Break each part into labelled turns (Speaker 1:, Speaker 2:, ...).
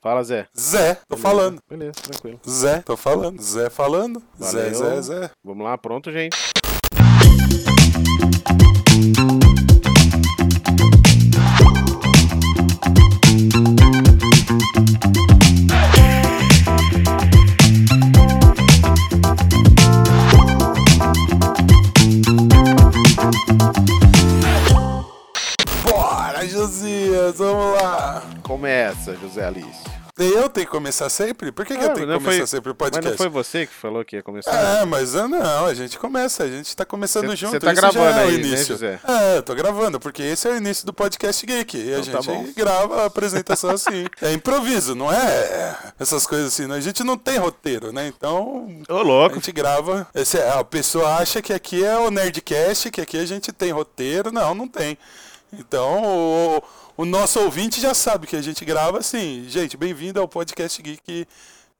Speaker 1: Fala, Zé.
Speaker 2: Zé, tô falando.
Speaker 1: Beleza, tranquilo.
Speaker 2: Zé, tô falando. Zé falando. Zé,
Speaker 1: Valeu.
Speaker 2: Zé, Zé.
Speaker 1: Vamos lá, pronto, gente?
Speaker 2: Bora, Josias, vamos lá.
Speaker 1: Começa, é José Alice.
Speaker 2: Eu tenho que começar sempre? Por É, que, que eu tenho que começar sempre o podcast?
Speaker 1: Mas não É, foi você que falou que ia começar?
Speaker 2: É, mas ah, não, a gente começa, a gente tá começando
Speaker 1: Cê-
Speaker 2: junto.
Speaker 1: cê tá
Speaker 2: isso já
Speaker 1: gravando
Speaker 2: é o
Speaker 1: aí, né,
Speaker 2: início.
Speaker 1: José?
Speaker 2: É, eu tô gravando, porque esse é o início do podcast Geek. E a
Speaker 1: Então tá
Speaker 2: gente
Speaker 1: bom.
Speaker 2: grava a apresentação assim. É improviso, não é essas coisas assim. né? A gente não tem roteiro, né? Então.
Speaker 1: Ô,
Speaker 2: A
Speaker 1: louco.
Speaker 2: gente grava. Esse, é- a pessoa acha que aqui é o Nerdcast, que aqui a gente tem roteiro. Não, não tem. Então, o, o nosso ouvinte já sabe que a gente grava assim. Gente, bem-vindo ao Podcast Geek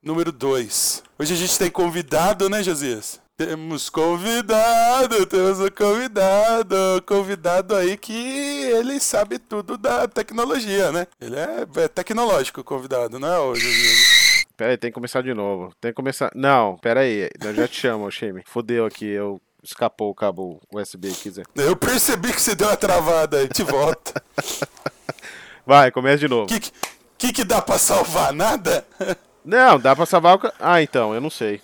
Speaker 2: número 2. Hoje a gente tem convidado, né, Josias? Temos convidado, temos um convidado, convidado aí que ele sabe tudo da tecnologia, né? Ele é, é tecnológico o convidado, não é, ô, Josias?
Speaker 1: Pera aí, tem que começar de novo. Tem que começar. Não, pera aí. Eu já te chamo, Shame. Fodeu aqui, eu. Escapou o cabo USB aqui, Zé.
Speaker 2: Eu percebi que você deu uma travada aí, te volta.
Speaker 1: Vai, começa de novo.
Speaker 2: que, que- que que dá pra salvar? Nada?
Speaker 1: Não, dá pra salvar o. ca- Ah, então, eu não sei.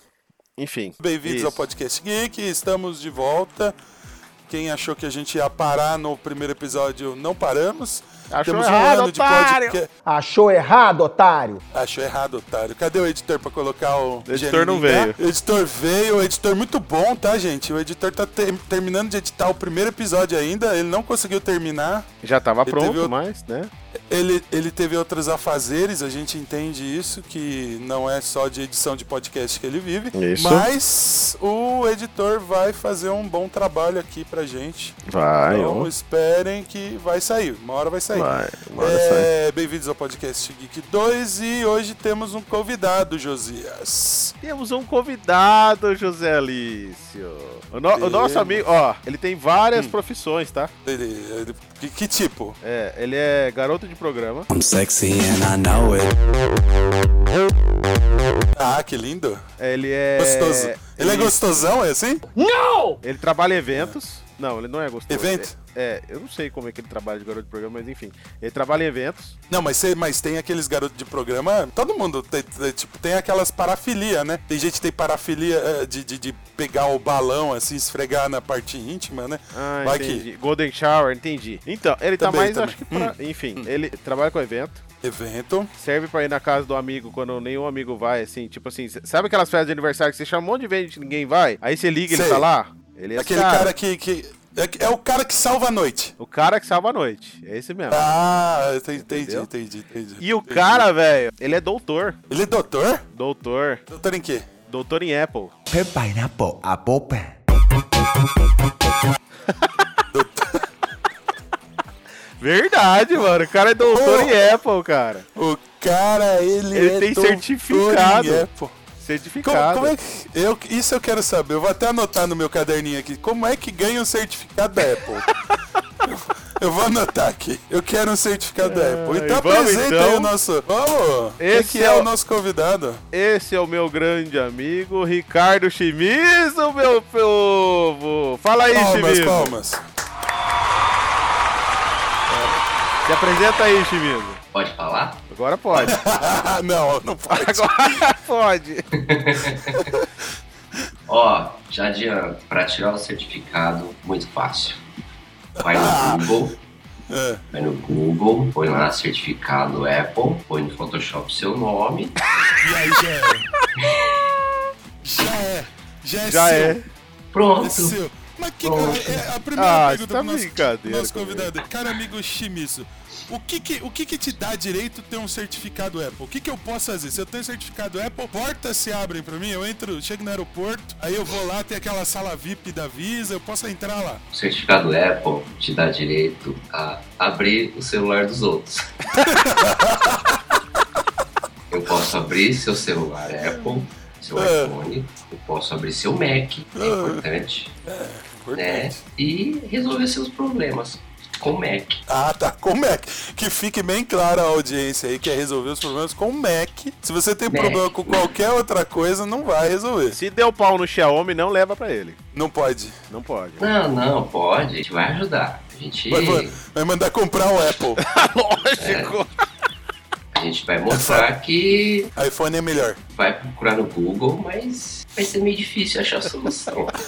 Speaker 1: Enfim.
Speaker 2: Bem-vindos
Speaker 1: isso.
Speaker 2: ao Podcast Geek, estamos de volta. Quem achou que a gente ia parar no primeiro episódio, não paramos. um
Speaker 1: Achou errado, otário!
Speaker 2: podca-
Speaker 3: Achou errado, otário?
Speaker 2: Achou errado, otário. Cadê o editor pra colocar o.
Speaker 1: O editor
Speaker 2: Gênio
Speaker 1: não
Speaker 2: ligar?
Speaker 1: veio.
Speaker 2: O editor veio, o editor muito bom, tá, gente? O editor tá ter- terminando de editar o primeiro episódio ainda, ele não conseguiu terminar.
Speaker 1: Já tava
Speaker 2: Ele
Speaker 1: pronto,
Speaker 2: teve outro-
Speaker 1: mas, né?
Speaker 2: Ele, ele teve outros afazeres, a gente entende isso, que não é só de edição de podcast que ele vive.
Speaker 1: Isso.
Speaker 2: Mas o editor vai fazer um bom trabalho aqui pra gente.
Speaker 1: Vai,
Speaker 2: então
Speaker 1: ó.
Speaker 2: esperem que vai sair, uma hora vai sair.
Speaker 1: Vai, uma hora
Speaker 2: é, Bem-vindos ao podcast Geek 2 e hoje temos um convidado, Josias.
Speaker 1: Temos um convidado, José Alício. O, no- o
Speaker 2: Temos. Hum.
Speaker 1: nosso amigo, ó, ele tem várias profissões, tá?
Speaker 2: Ele, ele- que, que tipo?
Speaker 1: É, ele é garoto de programa.
Speaker 4: I'm sexy and I know it.
Speaker 2: Ah, que lindo.
Speaker 1: Ele é.
Speaker 2: Gostoso. Ele é gostosão, é assim?
Speaker 1: Ele trabalha em eventos. Não, ele não é gostoso.
Speaker 2: Evento?
Speaker 1: É, é, eu não sei como é que ele trabalha de garoto de programa, mas enfim. Ele trabalha em eventos.
Speaker 2: Não, mas, cê- mas tem aqueles garotos de programa. Todo mundo tem, tem, tipo, tem aquelas parafilia, né? Tem gente que tem parafilia eh, de, de, de pegar o balão, assim, esfregar na parte íntima, né?
Speaker 1: Ah,
Speaker 2: Vai
Speaker 1: entendi. Golden Shower, entendi. Então, ele tá
Speaker 2: Também,
Speaker 1: mais,
Speaker 2: também. Hum.
Speaker 1: acho que pra. Enfim, ele trabalha com evento.
Speaker 2: que evento.
Speaker 1: Serve pra ir na casa do amigo quando nenhum amigo vai, assim, tipo assim, c- sabe aquelas festas de aniversário que você chama um monte de gente e ninguém vai? Aí você liga e ele
Speaker 2: Sei.
Speaker 1: tá lá? Ele é esse
Speaker 2: Aquele cara, que. que é, é o cara que salva a noite.
Speaker 1: O cara que salva a noite. É esse mesmo.
Speaker 2: Ah, entendi, entendi,
Speaker 1: Entendeu?
Speaker 2: entendi, entendi.
Speaker 1: E o cara, velho, ele é doutor.
Speaker 2: Ele é doutor?
Speaker 1: Doutor.
Speaker 2: Doutor em quê?
Speaker 1: Doutor em Apple.
Speaker 3: Her pineapple, a popa.
Speaker 1: Verdade, mano. O cara é doutor em Apple, cara.
Speaker 2: O cara, ele,
Speaker 1: Ele
Speaker 2: é
Speaker 1: tem
Speaker 2: doutor em
Speaker 1: certificado.
Speaker 2: Apple. Como,
Speaker 1: Certificado.
Speaker 2: como é que. Eu, isso eu quero saber. Eu vou até anotar no meu caderninho aqui. Como é que ganha um certificado da Apple? eu vou anotar aqui. Eu quero um certificado da Apple. Então
Speaker 1: É, e vamos,
Speaker 2: apresenta aí
Speaker 1: então.
Speaker 2: o nosso. Vamos!
Speaker 1: Esse
Speaker 2: Esse que é,
Speaker 1: é
Speaker 2: o
Speaker 1: o-
Speaker 2: nosso convidado?
Speaker 1: Esse é o meu grande amigo, Ricardo Chimizo, meu povo. Fala aí,
Speaker 2: Palmas,
Speaker 1: Chimizo.
Speaker 2: palmas.
Speaker 1: Se apresenta aí, Chimizo.
Speaker 5: Pode falar?
Speaker 1: Agora pode.
Speaker 2: Ah, não, não pode.
Speaker 1: Agora pode.
Speaker 5: Ó, já adianto, pra tirar o certificado, muito fácil. Vai no Google,
Speaker 2: Ah. É.
Speaker 5: vai no Google, põe lá certificado Apple, põe no Photoshop seu nome.
Speaker 2: E aí, já é. já é. Já é.
Speaker 1: Já
Speaker 2: seu.
Speaker 1: é.
Speaker 2: É
Speaker 5: Pronto!
Speaker 2: seu. Mas que
Speaker 5: Poxa.
Speaker 2: é a primeira
Speaker 1: Ah,
Speaker 2: pergunta
Speaker 1: você tá
Speaker 2: pro nosso,
Speaker 1: brincadeira
Speaker 2: nosso
Speaker 1: comigo.
Speaker 2: convidado. Cara amigo Chimizo, o que que, o que que te dá direito ter um certificado Apple? O que que eu posso fazer? Se eu tenho certificado Apple, portas se abrem pra mim, eu entro, chego no aeroporto, aí eu vou lá, tem aquela sala VIP da Visa, eu posso entrar lá.
Speaker 5: O certificado Apple te dá direito a abrir o celular dos outros. Eu posso abrir seu celular Apple, seu
Speaker 2: É.
Speaker 5: iPhone, eu posso abrir seu
Speaker 2: É.
Speaker 5: Mac, é importante, né? E resolver seus problemas. com o Mac.
Speaker 2: Ah, tá. Com o Mac. Que fique bem claro a audiência aí, que é resolver os problemas com o Mac. Se você tem
Speaker 5: Mac.
Speaker 2: problema com qualquer outra coisa, não vai resolver.
Speaker 1: Se deu pau no Xiaomi, não leva pra ele.
Speaker 2: Não pode.
Speaker 1: Não pode.
Speaker 5: Não, não, pode, a gente vai ajudar. A gente,
Speaker 2: Vai, vai- vai mandar comprar um Apple.
Speaker 1: Lógico.
Speaker 5: a gente vai mostrar que
Speaker 2: iPhone é melhor.
Speaker 5: vai procurar no Google, mas vai ser meio difícil achar a solução.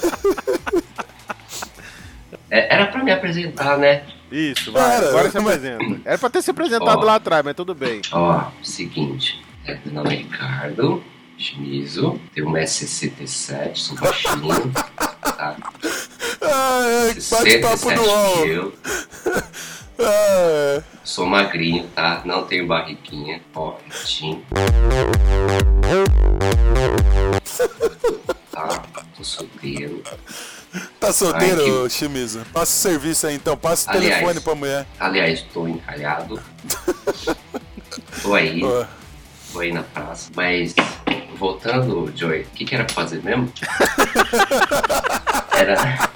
Speaker 5: É, era pra me apresentar, né?
Speaker 1: Isso, vai.
Speaker 2: Cara,
Speaker 1: Agora se
Speaker 2: mas-
Speaker 1: apresenta. Era pra ter se apresentado
Speaker 5: Ó.
Speaker 1: lá atrás, mas tudo bem.
Speaker 5: Ó, seguinte, é, meu nome é Ricardo Shimizu, tenho um SCT7, sou baixinho, tá?
Speaker 2: Ah, é, bate papo
Speaker 5: 67
Speaker 2: do UOL.
Speaker 5: eu,
Speaker 2: Ah,
Speaker 5: sou magrinho, tá? Não tenho barriguinha, ó, retinho. Tá, tô solteiro.
Speaker 2: tá solteiro,
Speaker 5: Ai,
Speaker 2: Shimizu? Passa o serviço aí então, passa o
Speaker 5: Aliás.
Speaker 2: telefone pra mulher.
Speaker 5: Aliás, tô encalhado. Tô aí,
Speaker 2: Ó,
Speaker 5: tô aí na praça. Mas, voltando, Joey, o que, que era pra fazer mesmo? Era.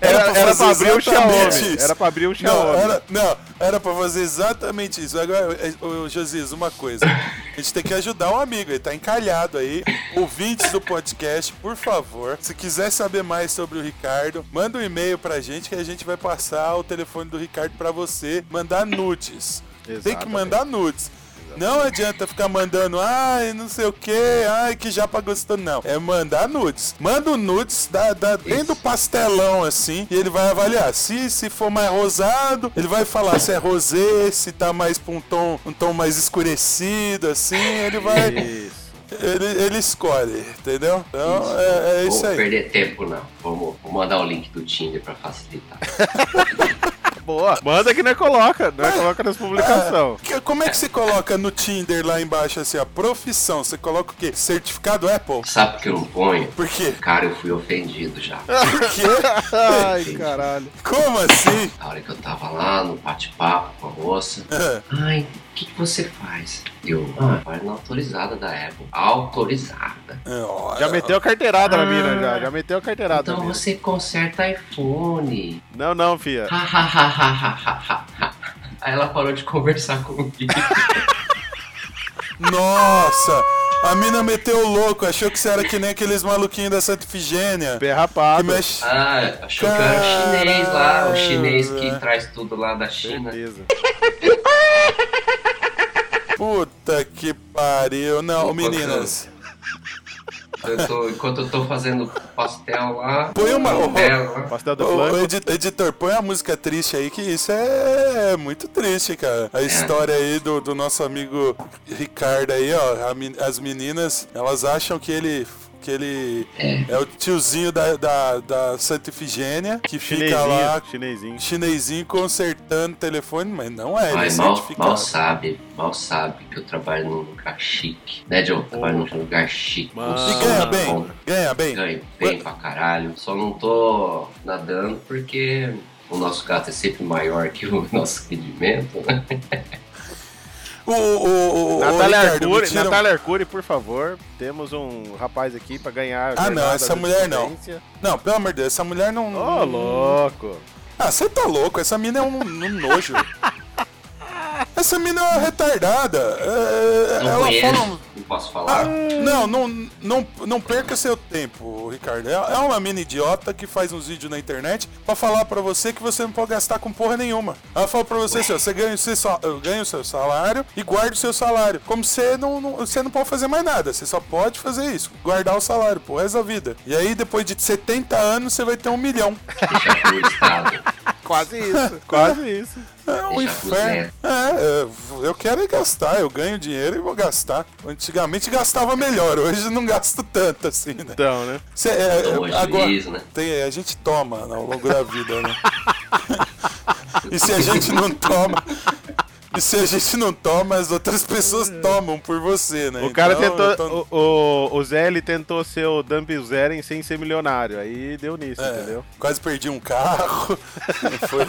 Speaker 1: Era, era pra,
Speaker 2: fazer
Speaker 1: abrir o
Speaker 2: exatamente
Speaker 1: Xiaomi.
Speaker 2: isso.
Speaker 1: Era pra abrir o
Speaker 2: um Não,
Speaker 1: Xiaomi.
Speaker 2: era, não, era pra fazer exatamente isso. Agora, é, ô, Josias, uma coisa. A gente tem que ajudar um amigo, ele tá encalhado aí. Ouvintes do podcast, por favor. Se quiser saber mais sobre o Ricardo, manda um e-mail pra gente que a gente vai passar o telefone do Ricardo pra você. Mandar nudes. Tem que
Speaker 1: Exatamente.
Speaker 2: mandar nudes. Não adianta ficar mandando, ai, não sei o que, ai, que japa gostou, não. É mandar nudes. Manda o nudes da, da, dentro do pastelão, assim, e ele vai avaliar. Se, se for mais rosado, ele vai falar se é rosé, se tá mais pra um tom, um tom mais escurecido, assim, ele vai.
Speaker 1: Isso.
Speaker 2: ele, ele escolhe, entendeu? Então, é, é isso
Speaker 5: Vou
Speaker 2: aí.
Speaker 5: perder tempo, não. Vamos, vou mandar o link do Tinder pra facilitar.
Speaker 1: Boa. Manda que não é coloca. Não coloca nas publicações.
Speaker 2: Que- Como é que você coloca no Tinder lá embaixo, assim, a profissão? Você coloca o quê? Certificado Apple?
Speaker 5: Sabe por que eu não ponho?
Speaker 2: Por quê?
Speaker 5: Cara, eu fui ofendido já.
Speaker 2: Por quê?
Speaker 1: Ai, caralho.
Speaker 2: Como assim?
Speaker 5: A hora que eu tava lá no bate-papo com a moça.
Speaker 2: Ah,
Speaker 5: Ai, o que, que você faz? Eu, ah, vai na autorizada da Apple. Autorizada.
Speaker 2: Ah, ó,
Speaker 1: Já meteu a carteirada na
Speaker 5: Ah.
Speaker 1: mina, já. Já meteu a carteirada na
Speaker 5: Então
Speaker 1: mina.
Speaker 5: você conserta iPhone.
Speaker 1: Não, não, fia.
Speaker 5: Ha, ha, ha, ha, ha, ha, ha. Aí ela parou de conversar comigo.
Speaker 2: Nossa! A mina meteu o louco, achou que você era que nem aqueles maluquinhos da Santa Ifigênia. Que
Speaker 1: Perrapado.
Speaker 2: mexe.
Speaker 5: Ah, achou que eu era o chinês lá, o chinês que
Speaker 2: Caramba.
Speaker 5: traz tudo lá da China.
Speaker 1: Beleza.
Speaker 2: Puta que pariu. Não, meninas.
Speaker 5: Eu tô- enquanto eu tô fazendo pastel lá.
Speaker 2: Põe uma-
Speaker 5: pastel lá.
Speaker 1: Pastel do
Speaker 2: Ô,
Speaker 1: flanco.
Speaker 2: edi- editor, põe a música triste aí, que isso é muito triste, cara. A história aí do, do nosso amigo Ricardo aí, ó. a men- as meninas, elas acham que ele. Que ele é o tiozinho da, da, da Santa Ifigênia, que fica lá
Speaker 1: Chinesinho. Chinesinho.
Speaker 2: chinesinho consertando telefone, mas não é, ele é
Speaker 5: Mas mal,
Speaker 2: certificado.
Speaker 5: mal sabe, mal sabe que eu trabalho num lugar chique. Né, John? Eu trabalho num lugar chique. com
Speaker 1: Mano.
Speaker 2: E
Speaker 5: som
Speaker 2: ganha
Speaker 5: na
Speaker 2: bem,
Speaker 5: ponta.
Speaker 2: ganha bem.
Speaker 5: Ganho bem pra caralho. Só não tô nadando porque o nosso gato é sempre maior que o nosso rendimento, né?
Speaker 2: O, o, o, o
Speaker 1: Natália
Speaker 2: Ricardo, me
Speaker 1: Arcuri,
Speaker 2: tira-
Speaker 1: Natália Arcuri, por favor. Temos um rapaz aqui pra ganhar. a
Speaker 2: Ah, não,
Speaker 1: jornada
Speaker 2: essa
Speaker 1: da
Speaker 2: mulher não. Hum.
Speaker 1: resistência.
Speaker 2: Não, pelo amor de Deus, essa mulher não...
Speaker 1: Ô, louco.
Speaker 2: Ah, você tá louco, essa mina é um, um nojo. Essa mina é uma retardada. É,
Speaker 5: Não
Speaker 2: ela
Speaker 5: conheço,
Speaker 2: fala... um-
Speaker 5: não posso
Speaker 2: Ah,
Speaker 5: falar.
Speaker 2: não, não, não, não perca seu tempo, Ricardo. É é uma mina idiota que faz uns vídeos na internet pra falar pra você que você não pode gastar com porra nenhuma. Ela fala pra você assim, ó, você ganha o seu, sal- ganha o seu salário e guarda o seu salário. Como você não, não- você não pode fazer mais nada, você só pode fazer isso, guardar o salário pro resto da vida. E aí, depois de 70 anos, você vai ter um milhão.
Speaker 5: Deixar pro estado.
Speaker 1: Quase isso, quase isso.
Speaker 2: É um
Speaker 5: Deixar pros
Speaker 2: inferno. É, é, eu quero é gastar, eu ganho dinheiro e vou gastar. Antigamente gastava melhor, hoje não gasto tanto assim, né?
Speaker 1: Então, né?
Speaker 2: Cê, é,
Speaker 5: Toma
Speaker 2: agora,
Speaker 5: juízo, né?
Speaker 2: tem- a gente toma ao longo da vida, né? e se a gente não toma. E se a gente não toma, as outras pessoas tomam por você, né?
Speaker 1: O cara
Speaker 2: Então,
Speaker 1: tentou.
Speaker 2: então-
Speaker 1: O, o, o Zé, ele tentou ser o Dumb Zeren sem ser milionário. Aí deu nisso,
Speaker 2: é,
Speaker 1: entendeu?
Speaker 2: Quase perdi um carro. Foi,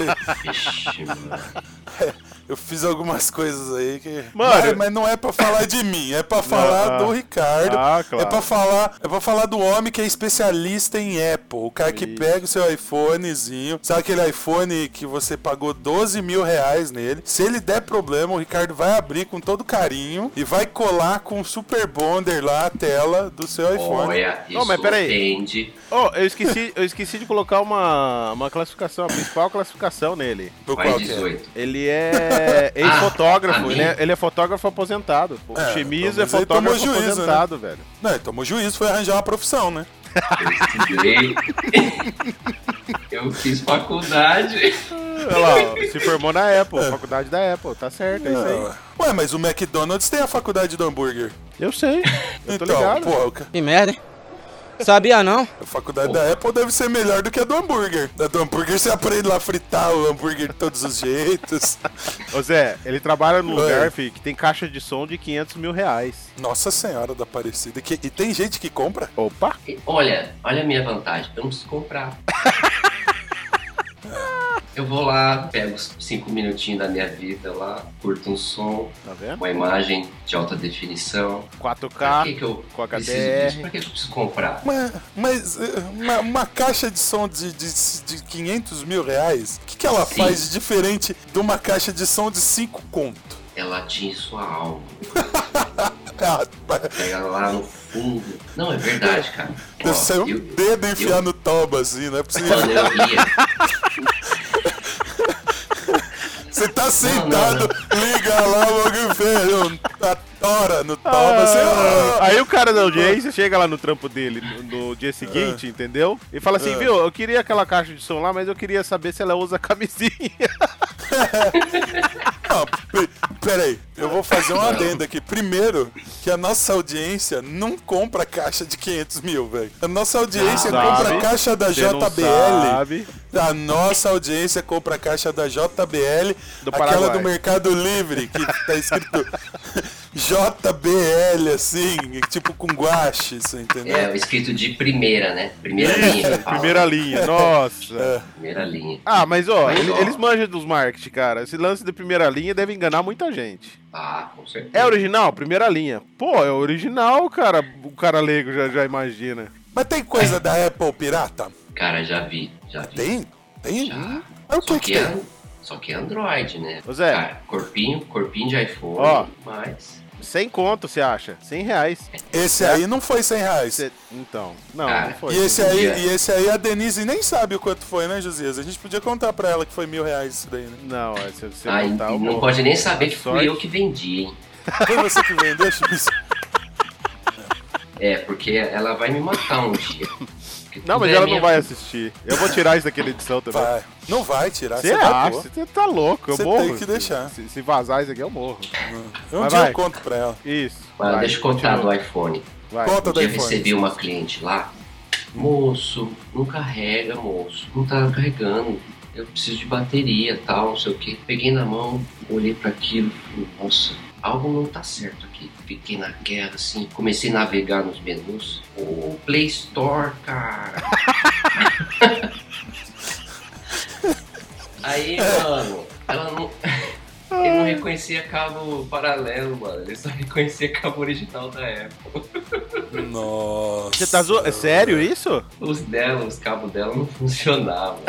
Speaker 5: Ixi, mano.
Speaker 2: eu fiz algumas coisas aí que.
Speaker 1: Mano,
Speaker 2: mas,
Speaker 1: eu-
Speaker 2: mas não é pra falar de mim, é pra falar
Speaker 1: ah.
Speaker 2: do Ricardo.
Speaker 1: Ah, claro.
Speaker 2: É pra falar, é pra falar do homem que é especialista em Apple. O cara que
Speaker 1: Isso.
Speaker 2: pega o seu iPhonezinho, sabe aquele iPhone que você pagou 12 mil reais nele. Se ele der problema, o Ricardo vai abrir com todo carinho e vai colar com o Super Bonder lá a tela do seu iPhone.
Speaker 5: Olha, isso
Speaker 1: Não, mas peraí.
Speaker 5: ofende.
Speaker 1: Oh, eu esqueci, eu esqueci de colocar uma, uma classificação, a principal classificação nele.
Speaker 2: Por
Speaker 5: Mais
Speaker 2: que é?
Speaker 5: 18.
Speaker 1: Ele é ex-fotógrafo,
Speaker 5: Ah,
Speaker 1: ele, é, ele é fotógrafo aposentado. O
Speaker 2: É,
Speaker 1: Chemizo
Speaker 2: pelo
Speaker 1: é
Speaker 2: menos ele tomou
Speaker 1: fotógrafo
Speaker 2: juízo, né?
Speaker 1: aposentado, velho.
Speaker 2: Não, ele tomou juízo, foi arranjar uma profissão, né?
Speaker 5: Eu estudei. eu fiz faculdade.
Speaker 1: Olha lá, ó, se formou na Apple, faculdade da Apple, tá certo, é isso aí.
Speaker 2: Ué, mas o McDonald's tem a faculdade do hambúrguer.
Speaker 1: Eu sei, eu tô
Speaker 2: então,
Speaker 1: ligado.
Speaker 2: pô, o ca-
Speaker 6: Que merda, hein? Sabia não?
Speaker 2: a faculdade da Apple deve ser melhor do que a do hambúrguer. A do hambúrguer você aprende lá a fritar o hambúrguer de todos os jeitos.
Speaker 1: Ô Zé, ele trabalha num
Speaker 2: Oi.
Speaker 1: lugar, fi, que tem caixa de som de 500 mil reais.
Speaker 2: Nossa Senhora da Aparecida. Que, e tem gente que compra?
Speaker 1: Opa!
Speaker 5: E Olha, olha a minha vantagem. Eu não preciso comprar. Eu vou lá, pego os cinco minutinhos da minha vida lá, curto um som,
Speaker 1: Tá vendo?
Speaker 5: uma imagem de alta definição.
Speaker 2: Ah,
Speaker 5: Pra que,
Speaker 1: 4K.
Speaker 5: que eu
Speaker 1: com a
Speaker 5: preciso
Speaker 1: HDR.
Speaker 5: disso? Pra que que eu preciso comprar?
Speaker 2: Mas, mas, eh, uma, uma caixa de som de, de, de 500 mil reais, o que, que ela
Speaker 5: Sim.
Speaker 2: faz de diferente de uma caixa de som de 5 conto?
Speaker 5: Ela atinge É sua alma.
Speaker 2: Ah,
Speaker 5: Pega lá no fundo. Não, é verdade, cara. Ó,
Speaker 2: deve sair um
Speaker 5: eu-
Speaker 2: dedo e enfiar
Speaker 5: eu-
Speaker 2: no toba, assim, não é possível.
Speaker 5: Quando eu ia,
Speaker 2: Você tá sentado, liga lá, o bagulho feio, a tora no toba, assim,
Speaker 1: Ah,
Speaker 2: ah,
Speaker 1: Aí o cara da audiência chega lá no trampo dele no, no dia
Speaker 2: É.
Speaker 1: seguinte, entendeu? E fala assim, viu, eu queria aquela caixa de som lá, mas eu queria saber se ela usa camisinha.
Speaker 2: Não, pe- peraí, eu vou fazer uma adendo aqui. Primeiro, que a nossa audiência não compra caixa de 500 mil, velho. A nossa audiência
Speaker 1: Ah, Sabe?
Speaker 2: compra a caixa da
Speaker 1: Você não
Speaker 2: JBL.
Speaker 1: sabe.
Speaker 2: A nossa audiência compra a caixa da JBL,
Speaker 1: Do
Speaker 2: aquela
Speaker 1: Paraguai.
Speaker 2: do Mercado Livre, que tá escrito JBL, assim, tipo com guache, isso, entendeu?
Speaker 5: é escrito de primeira, né? Primeira linha. fala.
Speaker 2: Ah.
Speaker 1: Primeira linha,
Speaker 2: É.
Speaker 1: nossa.
Speaker 5: Primeira linha.
Speaker 1: Ah, mas ó,
Speaker 5: Mas,
Speaker 1: ele-
Speaker 5: ó.
Speaker 1: eles manjam dos marketing, cara. Esse lance da primeira linha deve enganar muita gente.
Speaker 5: Ah, com certeza.
Speaker 1: É original? Primeira linha. Pô, é original, cara. O cara leigo já, já imagina.
Speaker 2: Mas tem coisa da Apple pirata?
Speaker 5: Cara, já vi, já vi.
Speaker 2: Tem? Tem?
Speaker 5: Já.
Speaker 2: Mas o que,
Speaker 5: Só
Speaker 2: que
Speaker 5: que, é,
Speaker 2: tem?
Speaker 5: só que é Android, né?
Speaker 1: Ô, Zé.
Speaker 5: Cara, corpinho, corpinho de iPhone,
Speaker 1: Ó.
Speaker 5: mas.
Speaker 1: Sem conto, você acha? 100 reais.
Speaker 2: Esse
Speaker 5: É.
Speaker 2: aí não foi 100 reais.
Speaker 1: Cê- Então, não,
Speaker 5: Cara,
Speaker 1: não foi.
Speaker 2: E esse, é-
Speaker 5: hoje em
Speaker 2: aí,
Speaker 5: dia.
Speaker 2: e esse aí a Denise nem sabe o quanto foi, né, Josias? A gente podia contar pra ela que foi mil reais isso daí, né?
Speaker 1: Não, é se você
Speaker 5: Ah, e-
Speaker 1: botar
Speaker 5: e
Speaker 1: o-
Speaker 5: não pode nem saber
Speaker 1: a
Speaker 5: que
Speaker 1: sorte.
Speaker 5: fui eu que vendi, hein?
Speaker 2: Foi você que vendeu, Chips?
Speaker 5: É, porque ela vai me matar um dia. Porque
Speaker 1: Não,
Speaker 5: tudo
Speaker 1: mas
Speaker 5: é
Speaker 1: ela não
Speaker 5: minha
Speaker 1: vai assistir. Eu vou tirar isso daquela edição também.
Speaker 2: Vai. Não vai tirar,
Speaker 1: Você
Speaker 2: você
Speaker 1: acha?
Speaker 2: pagou.
Speaker 1: Você tá louco, eu
Speaker 2: Você tem
Speaker 1: morro.
Speaker 2: que deixar.
Speaker 1: Se, se vazar isso aqui, eu morro.
Speaker 2: Um
Speaker 1: Mas
Speaker 2: dia
Speaker 1: vai.
Speaker 2: eu conto pra ela.
Speaker 1: Isso.
Speaker 5: Mas
Speaker 1: vai,
Speaker 5: deixa eu contar
Speaker 1: continua.
Speaker 5: do iPhone.
Speaker 1: Vai.
Speaker 2: Conta
Speaker 5: Um
Speaker 2: do
Speaker 5: dia eu
Speaker 2: iPhone.
Speaker 5: recebi uma cliente lá. Moço, não carrega, moço. Não tá carregando. Eu preciso de bateria tal, não sei o que. Peguei na mão, olhei pra aquilo, falei, nossa, algo não tá certo aqui. Fiquei naquela assim, comecei a navegar nos menus. Ô, Play Store, cara. Aí, mano, ela não. Ele não reconhecia cabo paralelo, mano. Ele só reconhecia cabo original da Apple.
Speaker 2: Nossa.
Speaker 1: Você tá zoando? É sério isso?
Speaker 5: Os dela, os cabos dela não funcionavam.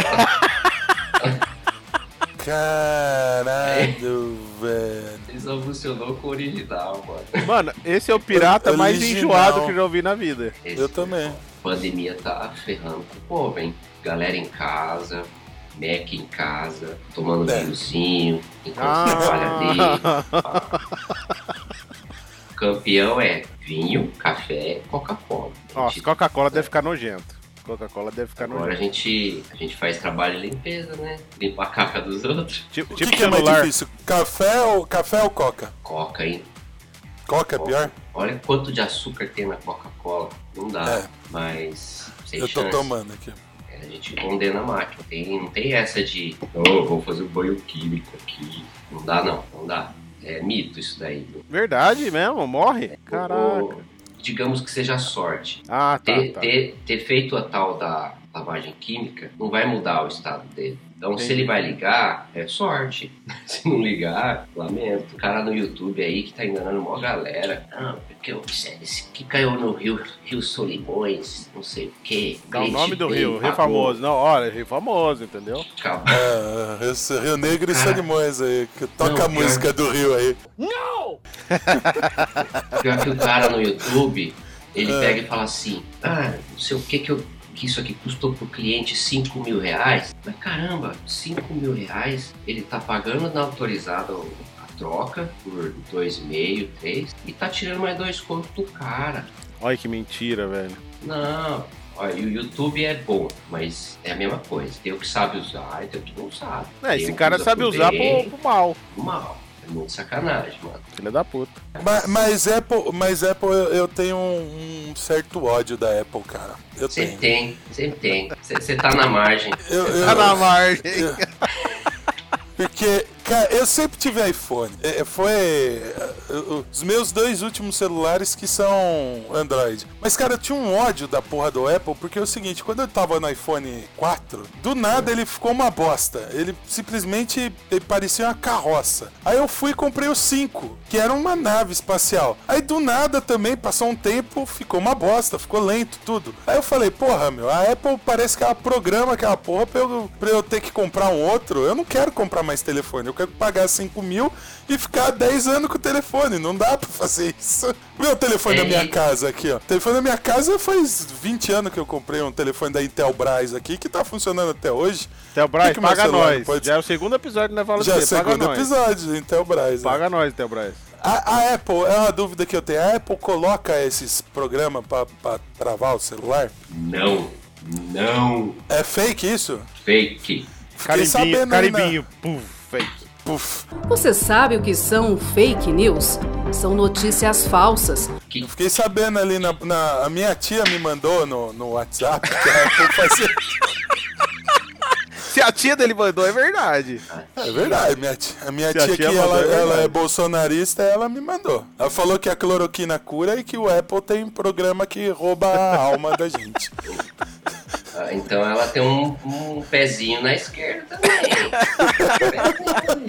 Speaker 2: Caralho, velho.
Speaker 5: Ele só funcionou com o original, mano.
Speaker 1: Mano, esse é o pirata mais
Speaker 2: Original.
Speaker 1: enjoado que eu já ouvi na vida.
Speaker 5: Esse-
Speaker 2: Eu também.
Speaker 5: A pandemia tá ferrando com o povo, hein? Galera em casa, Mac em casa, tomando
Speaker 2: É.
Speaker 5: vinhozinho,
Speaker 1: Ah.
Speaker 5: enquanto trabalha dele. Campeão é vinho, café, Coca-Cola. A
Speaker 1: Nossa,
Speaker 5: gente-
Speaker 1: Coca-Cola deve ficar nojento. Coca-Cola deve ficar
Speaker 5: Agora a
Speaker 1: nojento.
Speaker 5: gente, a gente faz trabalho de limpeza, né? Limpar a caca dos outros.
Speaker 1: Tipo,
Speaker 2: O
Speaker 1: tipo
Speaker 2: que, que é mais
Speaker 1: celular.
Speaker 2: difícil? Café ou, café ou coca?
Speaker 5: Coca, hein?
Speaker 2: Coca é pior?
Speaker 5: Olha quanto de açúcar tem na Coca-Cola. Não dá,
Speaker 2: É.
Speaker 5: mas sem
Speaker 2: Eu tô
Speaker 5: chance.
Speaker 2: tomando aqui.
Speaker 5: É, A gente condena a máquina. Tem, não tem essa de, não, eu vou fazer o banho químico aqui. Não dá, não. Não dá. É mito isso daí.
Speaker 1: Verdade mesmo, morre? Caraca.
Speaker 5: Ou, digamos que seja sorte.
Speaker 1: Ah, tá,
Speaker 5: Ter,
Speaker 1: tá.
Speaker 5: ter, ter feito a tal da lavagem química, não vai mudar o estado dele. Então, se ele vai ligar, é sorte. se não ligar, lamento. O cara no YouTube aí que tá enganando uma galera. Não, porque eu- esse que caiu no Rio, Rio Solimões, não sei o quê.
Speaker 1: Dá o
Speaker 5: Leite
Speaker 1: nome do
Speaker 5: bem,
Speaker 1: rio, Rio
Speaker 5: pagou.
Speaker 1: Famoso. Não, olha, Rio Famoso, entendeu?
Speaker 5: Acabou.
Speaker 2: É, esse Rio Negro e Solimões aí. que Toca
Speaker 5: Não,
Speaker 2: a música do Rio aí.
Speaker 5: Pior que o cara no YouTube, ele
Speaker 1: É.
Speaker 5: pega e fala assim, ah, não sei o que que eu. Que isso aqui custou pro cliente 5 mil reais. Mas caramba, 5 mil reais, ele tá pagando na autorizada o- a troca por 2,5, 3, e tá tirando mais dois contos do cara.
Speaker 1: Olha que mentira, velho.
Speaker 5: Não, olha, e o YouTube é bom, mas é a mesma coisa. Tem o que sabe usar e tem o que não sabe.
Speaker 1: É,
Speaker 5: Tem
Speaker 1: esse
Speaker 5: um
Speaker 1: cara
Speaker 5: que usa
Speaker 1: sabe
Speaker 5: pro
Speaker 1: usar
Speaker 5: bem,
Speaker 1: pro, pro mal.
Speaker 5: pro mal. É muito sacanagem, mano.
Speaker 1: Filha da puta.
Speaker 2: Mas, mas Apple, mas Apple eu eu tenho um, um certo ódio da Apple, cara. Eu
Speaker 5: Sempre
Speaker 2: tenho.
Speaker 5: tem, sempre tem. Você tá na margem.
Speaker 2: Eu, eu-
Speaker 1: Tá na margem.
Speaker 2: porque, cara, eu sempre tive iPhone. É, Foi é, o- os meus dois últimos celulares que são Android. Mas, cara, eu tinha um ódio da porra do Apple, porque é o seguinte, quando eu tava no iPhone 4, do nada ele ficou uma bosta. Ele simplesmente ele parecia uma carroça. Aí eu fui e comprei o 5, que era uma nave espacial. Aí do nada também, passou um tempo, ficou uma bosta, ficou lento, tudo. Aí eu falei, porra, meu, a Apple parece que ela programa aquela porra pra eu, pra eu ter que comprar um outro. Eu não quero comprar mais telefone, eu quero pagar 5 mil e ficar 10 anos com o telefone. Não dá pra fazer isso. Meu telefone da
Speaker 5: É,
Speaker 2: minha
Speaker 5: e-
Speaker 2: casa aqui, ó. O telefone da minha casa faz 20 anos que eu comprei um telefone da Intelbras aqui, que tá funcionando até hoje.
Speaker 1: Telbras,
Speaker 2: Por que que meu
Speaker 1: paga
Speaker 2: celular não
Speaker 1: nós.
Speaker 2: pode-
Speaker 1: Já é o segundo episódio, né? Fala
Speaker 2: Já é o
Speaker 1: de paga
Speaker 2: segundo
Speaker 1: nós.
Speaker 2: episódio, Intelbras. né?
Speaker 1: Paga nós, Telbras.
Speaker 2: A, a Apple, é uma dúvida que eu tenho. A Apple coloca esses programas pra, pra travar o celular?
Speaker 5: Não, não,
Speaker 2: É fake isso?
Speaker 5: fake.
Speaker 2: Fiquei
Speaker 1: Carimbinho,
Speaker 2: sabendo aí né? na-
Speaker 1: carimbinho. Puf, fake.
Speaker 2: Puf,
Speaker 7: Você sabe o que são fake news? São notícias falsas.
Speaker 5: Que
Speaker 2: fiquei sabendo ali na, na- A minha tia me mandou no, no WhatsApp que a Apple fazia.
Speaker 1: Se a tia dele mandou, é verdade.
Speaker 2: É verdade, minha tia, a minha
Speaker 1: Se a
Speaker 2: tia,
Speaker 1: tia
Speaker 2: que
Speaker 1: mandou,
Speaker 2: ela,
Speaker 1: é
Speaker 2: ela é
Speaker 1: verdade.
Speaker 2: bolsonarista, ela me mandou. Ela falou que a cloroquina cura e que o Apple tem um programa que rouba a alma da gente.
Speaker 5: Ah, Então ela tem um, um pezinho na esquerda também.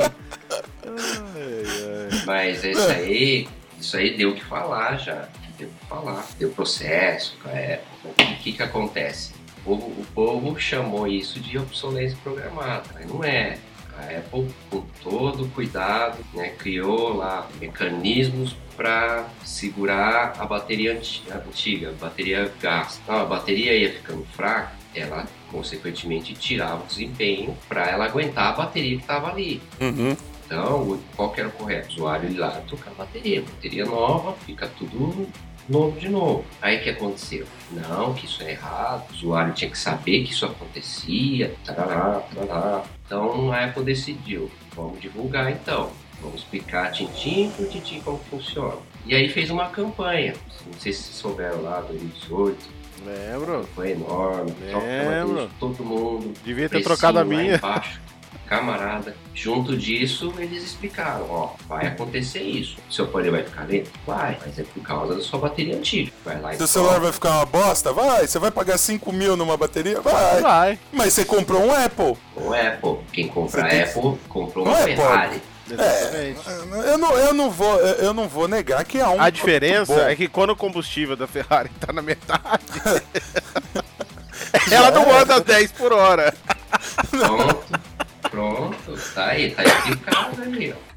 Speaker 5: Mas é isso aí, isso aí deu o que falar já. Deu o que falar. Deu processo com a Apple. O que, que acontece? O povo, o povo chamou isso de obsolescência programada, mas não é. A Apple, com todo cuidado, né, criou lá mecanismos para segurar a bateria anti- a antiga, a bateria gasta. Então, a bateria ia ficando fraca, ela consequentemente tirava o desempenho para ela aguentar a bateria que estava ali.
Speaker 2: Uhum.
Speaker 5: Então, o- qual que era o correto? O usuário ir lá trocar a bateria. Bateria nova, fica tudo novo de novo. Aí o que aconteceu? Não, que isso é errado, o usuário tinha que saber que isso acontecia, tarará, tarará. Então a Apple decidiu, vamos divulgar então. Vamos explicar tintim por tintim como funciona. E aí fez uma campanha, não sei se vocês souberam lá, 2018,
Speaker 1: Lembro.
Speaker 5: foi enorme, troca
Speaker 1: Lembro.
Speaker 5: de todo mundo,
Speaker 1: É, Devia ter
Speaker 5: Precinho
Speaker 1: trocado a
Speaker 5: lá
Speaker 1: minha.
Speaker 5: Embaixo, camarada. Junto disso, eles explicaram, ó, vai acontecer isso. Seu aparelho vai ficar lento? Vai, mas é por causa da sua bateria antiga. Vai lá e
Speaker 2: Seu celular
Speaker 5: troca.
Speaker 2: vai ficar uma bosta? Vai. Você vai pagar 5 mil numa bateria? Vai.
Speaker 1: Vai.
Speaker 2: Mas você comprou um Apple.
Speaker 5: Ou Apple. Quem compra
Speaker 2: Você tem-
Speaker 5: Apple, comprou
Speaker 2: Não
Speaker 5: uma
Speaker 2: é
Speaker 5: Ferrari.
Speaker 1: Exatamente.
Speaker 2: Eu não, eu não vou, eu não vou negar que há um.
Speaker 1: A diferença
Speaker 2: produto bom.
Speaker 1: é que quando o combustível da Ferrari tá na metade, ela não anda 10 por hora.
Speaker 5: Pronto. Pronto. Tá aí, tá explicado ali, ó.